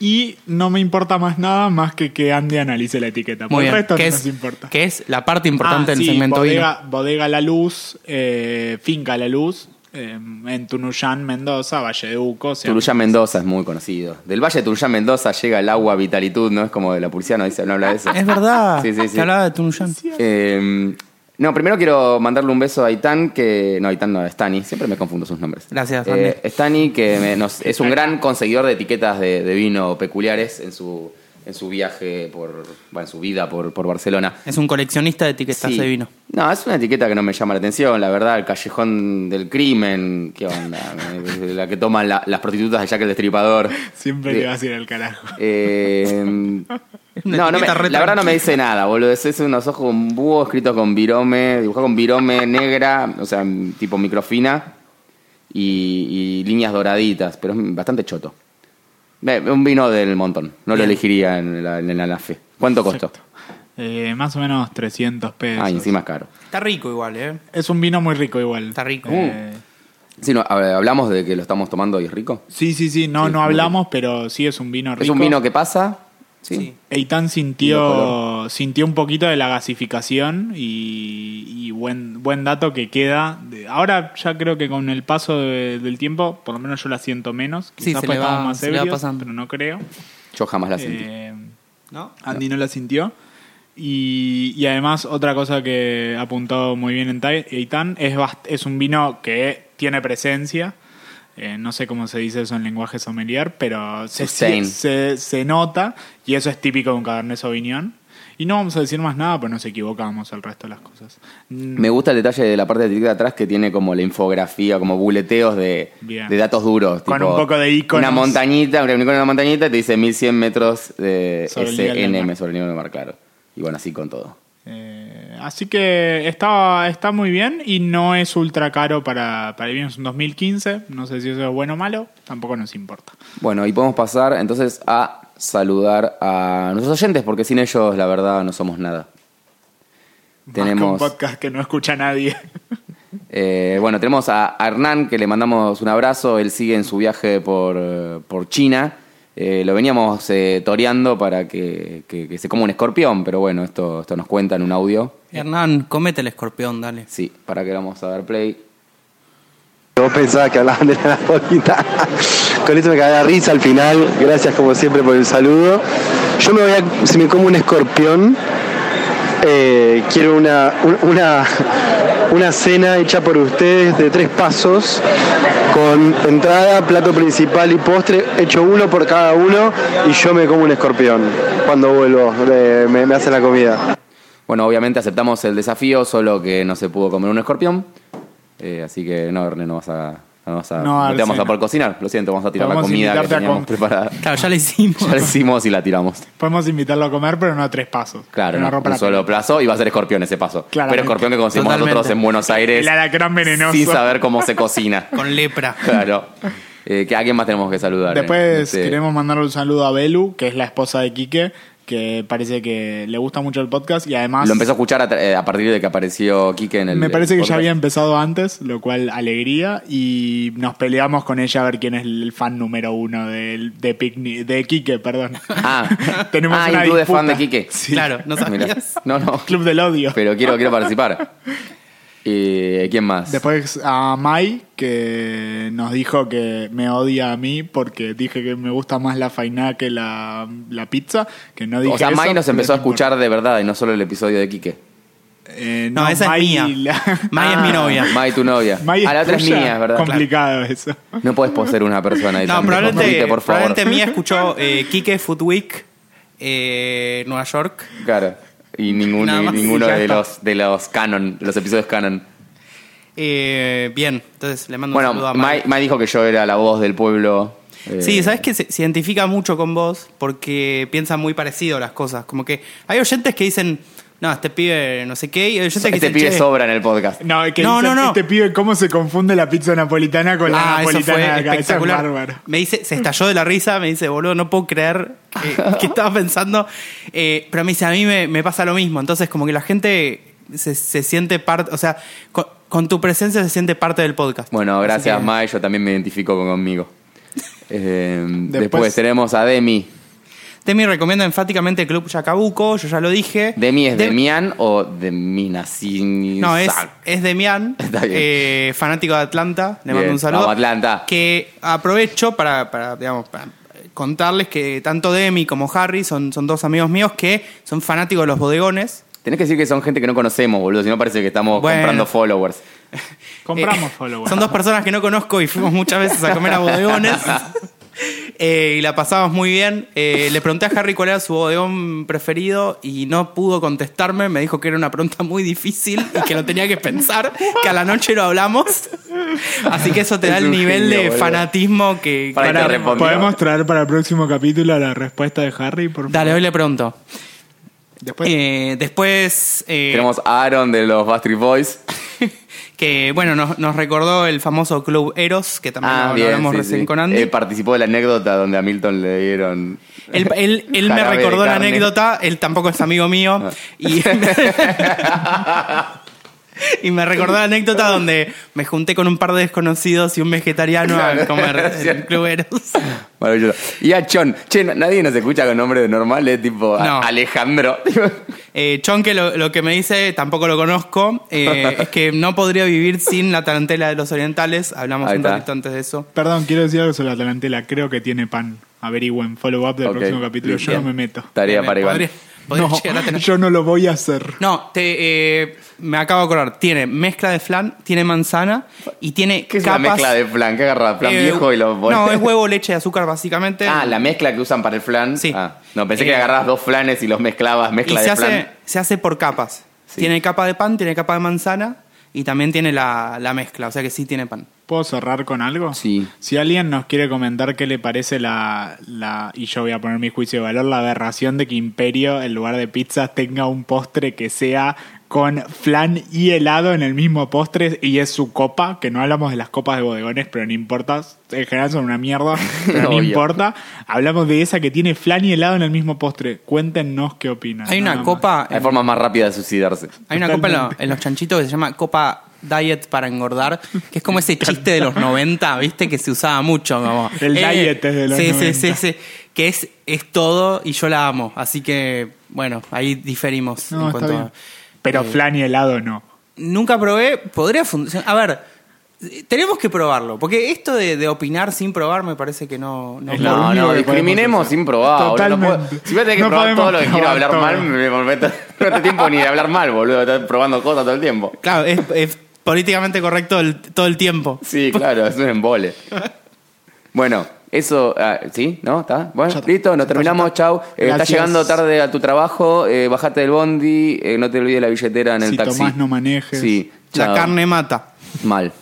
Speaker 4: Y no me importa más nada más que que Andy analice la etiqueta. Por
Speaker 5: Muy
Speaker 4: el
Speaker 5: bien.
Speaker 4: resto
Speaker 5: que
Speaker 4: no
Speaker 5: es,
Speaker 4: nos importa.
Speaker 5: que es la parte importante
Speaker 4: Ah,
Speaker 5: del
Speaker 4: sí,
Speaker 5: segmento
Speaker 4: bodega, bodega La Luz, eh, Finca La Luz, eh, en Tunuyán, Mendoza, Valle de Uco. o sea,
Speaker 3: Turuyán Mendoza es muy conocido. Del Valle de Turuyán Mendoza llega el agua [LAUGHS] vitalitud, ¿no? Es como de la publicidad, no dice, no habla de eso.
Speaker 5: vino. Es verdad.
Speaker 3: Sí, sí, sí.
Speaker 5: Que hablaba de Tunuyán.
Speaker 3: Eh, No, primero quiero mandarle un beso a Aitán, que. No, Aitán no, Stani, siempre me confundo sus nombres.
Speaker 5: Gracias,
Speaker 3: eh, Stani, que me- nos- es un gran conseguidor de etiquetas de, de vino peculiares en su, en su viaje por. Bueno, en su vida por, por Barcelona.
Speaker 5: Es un coleccionista de etiquetas
Speaker 3: Sí.
Speaker 5: de vino.
Speaker 3: No, es una etiqueta que no me llama la atención, la verdad, el callejón del crimen, ¿qué onda? [LAUGHS] la que toman la- las prostitutas de Jack el Destripador.
Speaker 4: Siempre
Speaker 3: De-
Speaker 4: le vas a ir al carajo.
Speaker 5: [LAUGHS]
Speaker 3: eh, no, no me-
Speaker 5: etiqueta re
Speaker 3: la verdad no
Speaker 5: tranquila.
Speaker 3: me dice nada, boludo. Es, es unos ojos con búho escrito con virome, dibujado con virome negra, o sea, tipo microfina y, y líneas doraditas, pero es bastante choto. Ve, Un vino del montón, no lo
Speaker 5: Bien.
Speaker 3: elegiría en la, en la NAFE. ¿Cuánto costó?
Speaker 4: Perfecto. Eh, más o menos 300 pesos.
Speaker 3: Ah, y encima es caro.
Speaker 5: Está rico igual, ¿eh?
Speaker 4: Es un vino muy rico igual.
Speaker 5: Está rico. Uh.
Speaker 4: Eh,
Speaker 3: Sí, no, hab- hablamos de que lo estamos tomando y es rico.
Speaker 4: sí, sí, sí. No,
Speaker 3: Sí,
Speaker 4: no
Speaker 3: muy
Speaker 4: hablamos, pero sí es un vino rico.
Speaker 3: Es un vino que pasa. Sí.
Speaker 5: Sí.
Speaker 4: Eitan
Speaker 3: Vino
Speaker 4: sintió,
Speaker 3: color.
Speaker 4: sintió un poquito de la gasificación y, y buen, buen dato que queda. De- Ahora ya creo que con el paso de- del tiempo, por lo menos yo la siento menos.
Speaker 5: Sí,
Speaker 4: Quizás
Speaker 5: se
Speaker 4: porque
Speaker 5: le va-
Speaker 4: estamos más
Speaker 5: se le va
Speaker 4: ebrios,
Speaker 5: pasando.
Speaker 4: pero no creo.
Speaker 3: Yo jamás la sentí.
Speaker 4: Eh,
Speaker 5: ¿No?
Speaker 4: Andy no la sintió. Y, y además, otra cosa que apuntó muy bien en Tai- Eitan es, bast- es un vino que tiene presencia. Eh, no sé cómo se dice eso en lenguaje sommelier, pero se, se,
Speaker 3: Sustain.
Speaker 4: se- se nota y eso es típico de un Cabernet Sauvignon. Y no vamos a decir más nada, pero nos equivocamos el resto de las cosas. Mm,
Speaker 3: Me gusta el detalle de la parte de etiqueta atrás que tiene como la infografía, como buleteos de,
Speaker 4: Bien.
Speaker 3: de datos duros.
Speaker 4: Con un poco de íconos.
Speaker 3: Una montañita, un icono de una montañita y te dice 1100 metros de
Speaker 4: Sobre el nivel del
Speaker 3: SNM
Speaker 4: mar.
Speaker 3: sobre el nivel del mar, claro. Y bueno, así con todo.
Speaker 4: eh, así que está, está muy bien y no es ultra caro para, para el vino. Es un 2015, no sé si eso es bueno o malo, tampoco nos importa.
Speaker 3: Bueno, y podemos pasar entonces a saludar a nuestros oyentes, porque sin ellos, la verdad, no somos nada.
Speaker 4: Más que un
Speaker 3: Tenemos.
Speaker 4: podcast que no escucha nadie.
Speaker 3: Eh, bueno, tenemos a a Hernán, que le mandamos un abrazo. Él sigue en su viaje por, eh, por China. Eh, lo veníamos eh, toreando para que, que- que se coma un escorpión, pero bueno, esto, esto nos cuenta en un audio.
Speaker 5: Hernán, comete el escorpión, dale.
Speaker 3: Sí, para que vamos a dar play.
Speaker 7: Yo pensaba que hablaban de la bolita. [LAUGHS] Con eso me cagué la risa al final. Gracias como siempre por el saludo. Yo me voy a, si me como un escorpión, eh, quiero una, un- una, una cena hecha por ustedes de tres pasos, con entrada, plato principal y postre, hecho uno por cada uno, y yo me como un escorpión cuando vuelvo, eh, me, me hacen la comida.
Speaker 3: Bueno, obviamente aceptamos el desafío, solo que no se pudo comer un escorpión. Eh, así que no, Hernán, no vas a. No, vas a,
Speaker 4: No,
Speaker 3: no te vamos
Speaker 4: Arsena.
Speaker 3: a poder cocinar. Lo siento, vamos a tirar la
Speaker 4: Podemos
Speaker 3: comida que
Speaker 4: invitarte a
Speaker 3: teníamos
Speaker 4: com-
Speaker 3: preparada.
Speaker 5: Claro, ya lo hicimos.
Speaker 3: [LAUGHS]
Speaker 5: [LAUGHS]
Speaker 3: Ya la hicimos y la tiramos.
Speaker 4: [LAUGHS] Podemos invitarlo a comer, pero no a tres pasos.
Speaker 3: Claro,
Speaker 4: Una
Speaker 3: no,
Speaker 4: ropa
Speaker 3: un solo plazo y va a ser escorpión ese paso.
Speaker 4: Claramente.
Speaker 3: Pero escorpión que conseguimos
Speaker 5: Totalmente.
Speaker 3: nosotros en Buenos Aires.
Speaker 4: El alacrán venenoso.
Speaker 3: Sin saber cómo se cocina. [LAUGHS]
Speaker 5: Con lepra.
Speaker 3: claro. Eh, ¿A quién más tenemos que saludar? eh?
Speaker 4: Después
Speaker 3: No sé.
Speaker 4: queremos mandarle un saludo a Belu, que es la esposa de Quique, que parece que le gusta mucho el podcast y además...
Speaker 3: Lo empezó a escuchar a, tra- eh, a partir de que apareció Quique en el.
Speaker 4: me parece
Speaker 3: el
Speaker 4: que ya
Speaker 3: podcast.
Speaker 4: había empezado antes, lo cual alegría, y nos peleamos con ella a ver quién es el fan número uno del- de, Picnic- de Quique, perdón.
Speaker 3: Ah,
Speaker 4: [LAUGHS] Tenemos
Speaker 3: ah,
Speaker 4: una
Speaker 3: y tú de
Speaker 4: disputa.
Speaker 3: fan de Quique.
Speaker 4: Sí.
Speaker 5: Claro, no
Speaker 3: Mira. [LAUGHS]
Speaker 5: sabías.
Speaker 3: Ah, No, no.
Speaker 4: Club del odio.
Speaker 3: Pero quiero, quiero participar.
Speaker 4: [LAUGHS]
Speaker 3: Eh, ¿Quién más?
Speaker 4: Después a Mai, que nos dijo que me odia a mí porque dije que me gusta más la fainá que la, la pizza. Que no dije
Speaker 3: o sea,
Speaker 4: eso,
Speaker 3: May nos
Speaker 4: pero
Speaker 3: empezó a
Speaker 4: no importa.
Speaker 3: escuchar de verdad y no solo el episodio de Quique.
Speaker 4: Eh,
Speaker 5: No, esa
Speaker 4: Mai
Speaker 5: es mía.
Speaker 4: la-
Speaker 5: Mai es mi novia.
Speaker 3: May, tu novia.
Speaker 4: [LAUGHS] Ah. Mai
Speaker 3: a la otra es
Speaker 4: tuya.
Speaker 3: mía, es ¿verdad?
Speaker 4: Complicado eso.
Speaker 3: No puedes poseer una persona. ahí
Speaker 5: No,
Speaker 3: también,
Speaker 5: probablemente,
Speaker 3: confundite, por favor. [LAUGHS]
Speaker 5: probablemente Mía escuchó eh, Kike Food Week, eh, Nueva York.
Speaker 3: Claro. Y ningún-
Speaker 5: Nada más,
Speaker 3: ninguno
Speaker 5: y ya
Speaker 3: de
Speaker 5: está.
Speaker 3: los, de los canon, los episodios canon.
Speaker 5: Eh, bien, entonces le mando un saludo
Speaker 3: Bueno,
Speaker 5: a Mike.
Speaker 3: Mike dijo que yo era la voz del pueblo. eh,
Speaker 5: Sí, sabes que se, se identifica mucho con vos porque piensa muy parecido a las cosas. Como que hay oyentes que dicen, no, este pibe no sé qué, y hay oyentes que
Speaker 3: Este
Speaker 5: dicen,
Speaker 3: pibe
Speaker 5: "Che".
Speaker 3: sobra en el podcast.
Speaker 4: No, es que
Speaker 5: No,
Speaker 4: dicen,
Speaker 5: no, no.
Speaker 4: este pibe cómo se confunde la pizza napolitana con la
Speaker 5: Ah, eso
Speaker 4: napolitana de
Speaker 5: fue
Speaker 4: acá. Eso es
Speaker 5: espectacular.
Speaker 4: bárbaro.
Speaker 5: me dice, se estalló de la risa, me dice, boludo, no puedo creer que,
Speaker 3: [LAUGHS]
Speaker 5: que estaba pensando. Eh, pero me dice, a mí me, me pasa lo mismo. Entonces, como que la gente se, se siente parte, o sea, con, con tu presencia se siente parte del podcast.
Speaker 3: Bueno,
Speaker 5: Así
Speaker 3: gracias,
Speaker 5: que-
Speaker 3: Mike. Yo también me identifico con- conmigo.
Speaker 5: [LAUGHS]
Speaker 3: Eh, después,
Speaker 4: Después-
Speaker 3: tenemos a Demi.
Speaker 5: Temi recomienda enfáticamente Club Yacabuco, yo ya lo dije.
Speaker 3: ¿Demi es
Speaker 5: De-
Speaker 3: Demian o Deminacin?
Speaker 5: No, es, es Demian,
Speaker 3: [LAUGHS] Está bien.
Speaker 5: eh, fanático de Atlanta. Le
Speaker 3: Bien,
Speaker 5: mando un saludo.
Speaker 3: vamos, Atlanta.
Speaker 5: Que aprovecho para, para, digamos, para contarles que tanto Demi como Harry son, son dos amigos míos que son fanáticos de los bodegones.
Speaker 3: Tenés que decir que son gente que no conocemos, boludo, si no parece que estamos
Speaker 5: Bueno.
Speaker 3: comprando followers.
Speaker 4: Compramos
Speaker 5: Eh,
Speaker 4: followers.
Speaker 5: Son dos personas que no conozco y fuimos muchas veces a comer a bodegones. Eh, y la pasamos muy bien. Eh, le pregunté a Harry cuál era su bodegón preferido y no pudo contestarme. Me dijo que era una pregunta muy difícil y que lo tenía que pensar, que a la noche lo hablamos. Así que eso te da
Speaker 3: Es
Speaker 5: el
Speaker 3: un
Speaker 5: nivel
Speaker 3: genio,
Speaker 5: de
Speaker 3: boludo.
Speaker 5: fanatismo que...
Speaker 3: Para
Speaker 5: que
Speaker 3: que te
Speaker 5: tenemos.
Speaker 3: responda.
Speaker 4: ¿Podemos traer para el próximo capítulo la respuesta de Harry, por favor?
Speaker 5: Dale, hoy le pregunto.
Speaker 4: Después,
Speaker 5: Eh, después... eh,
Speaker 3: Tenemos a Aaron de los Backstreet Boys.
Speaker 5: [LAUGHS] que bueno, nos, nos recordó el famoso Club Eros, que también lo hablamos
Speaker 3: Ah, sí,
Speaker 5: recién
Speaker 3: sí.
Speaker 5: con Andy.
Speaker 3: Eh, participó de la anécdota donde a Milton le dieron.
Speaker 5: Él, él- él me
Speaker 3: jarabe de
Speaker 5: recordó la
Speaker 3: carne. Ah.
Speaker 5: anécdota, él tampoco es amigo mío. Y, [LAUGHS] y me recordó la anécdota donde me junté con un par de desconocidos y un vegetariano a
Speaker 3: [LAUGHS]
Speaker 5: comer en cluberos.
Speaker 3: Maravilloso. Y a Chon. Che, na- nadie nos escucha con nombre de normal, es tipo a-
Speaker 5: No.
Speaker 3: Alejandro.
Speaker 5: Eh, Chonque lo, lo que me dice, tampoco lo conozco, eh, es que no podría vivir sin la tarantela de los orientales. Hablamos
Speaker 3: Ahí
Speaker 5: un
Speaker 3: está.
Speaker 5: ratito antes de eso.
Speaker 4: Perdón, quiero decir algo sobre la Atalantela. Creo que tiene pan. Averigüen, follow up del
Speaker 3: [LAUGHS] Ok,
Speaker 4: próximo capítulo. Yo
Speaker 3: bien.
Speaker 4: no me meto.
Speaker 3: Tarea para Iván.
Speaker 5: Eh, Podría- podría llegar
Speaker 4: No,
Speaker 5: a
Speaker 4: [LAUGHS]
Speaker 5: tener-
Speaker 4: yo no lo voy a hacer.
Speaker 5: No, te, eh, me acabo de acordar. Tiene mezcla de flan, tiene manzana y tiene
Speaker 3: ¿Qué es
Speaker 5: capas.
Speaker 3: la mezcla de flan? ¿Qué agarra flan
Speaker 5: Eh,
Speaker 3: viejo y lo pones?
Speaker 5: No, es huevo, leche y azúcar,
Speaker 3: [LAUGHS]
Speaker 5: básicamente.
Speaker 3: Ah, la mezcla que usan para el flan.
Speaker 5: Sí.
Speaker 3: Ah, no, pensé
Speaker 5: Eh,
Speaker 3: que agarrabas dos flanes y los mezclabas,
Speaker 5: y
Speaker 3: mezcla
Speaker 5: se
Speaker 3: de
Speaker 5: hace,
Speaker 3: flan.
Speaker 5: se hace por capas.
Speaker 3: Sí.
Speaker 5: Tiene capa de pan, tiene capa de manzana y también tiene la, la mezcla, o sea que sí tiene pan.
Speaker 4: ¿Puedo cerrar con algo?
Speaker 3: Sí.
Speaker 4: Si alguien nos quiere comentar qué le parece la, la. Y yo voy a poner mi juicio de valor, la aberración de que Imperio, en lugar de pizzas, tenga un postre que sea con flan y helado en el mismo postre y es su copa, que no hablamos de las copas de bodegones, pero no importa, en general son una mierda,
Speaker 3: [LAUGHS]
Speaker 4: pero no
Speaker 3: Obvio.
Speaker 4: importa, hablamos de esa que tiene flan y helado en el mismo postre, cuéntenos qué opinan.
Speaker 5: Hay
Speaker 4: nada
Speaker 5: una
Speaker 4: más.
Speaker 5: copa,
Speaker 3: Hay formas más rápidas de suicidarse.
Speaker 5: hay una copa en, lo- en los chanchitos que se llama copa diet para engordar, que es como ese chiste de los 90, ¿viste? Que se usaba mucho, como, eh,
Speaker 4: El diet es de los
Speaker 5: sí,
Speaker 4: 90.
Speaker 5: Sí, sí, sí, que es, es todo y yo la amo, así que bueno, ahí diferimos
Speaker 4: No,
Speaker 5: en
Speaker 4: está
Speaker 5: cuanto a- eh,
Speaker 4: bien. Pero flan y helado no.
Speaker 5: Nunca probé, podría funcionar. A ver, eh, tenemos que probarlo, porque esto de, de opinar sin probar me parece que no... no-
Speaker 4: Es lo
Speaker 3: No,
Speaker 4: único
Speaker 3: no,
Speaker 4: que podemos
Speaker 3: discriminemos
Speaker 4: hacer.
Speaker 3: sin probar. boludo. No
Speaker 4: Totalmente.
Speaker 3: puedo- si voy a tener que
Speaker 4: No
Speaker 3: probar
Speaker 4: podemos
Speaker 3: todo lo que quiero
Speaker 4: probar
Speaker 3: hablar
Speaker 4: todo.
Speaker 3: mal, me- me- me- [LAUGHS] no te tiempo ni de hablar mal, boludo. Estás probando cosas todo el tiempo.
Speaker 5: Claro, es, es políticamente correcto el- todo el tiempo.
Speaker 3: Sí, claro, es un embole. Bueno, eso. ah, ¿Sí? ¿No? ¿Está? Bueno,
Speaker 4: Ya está.
Speaker 3: listo,
Speaker 4: Ya
Speaker 3: nos
Speaker 4: está,
Speaker 3: terminamos.
Speaker 4: ya está.
Speaker 3: Chau. Eh, estás
Speaker 4: Gracias.
Speaker 3: llegando tarde a tu trabajo. eh, bajate del bondi. eh, no te olvides la billetera en el
Speaker 4: Si
Speaker 3: taxi.
Speaker 4: tomás, no manejes.
Speaker 3: Sí.
Speaker 5: La
Speaker 3: chau.
Speaker 5: carne mata.
Speaker 3: Mal.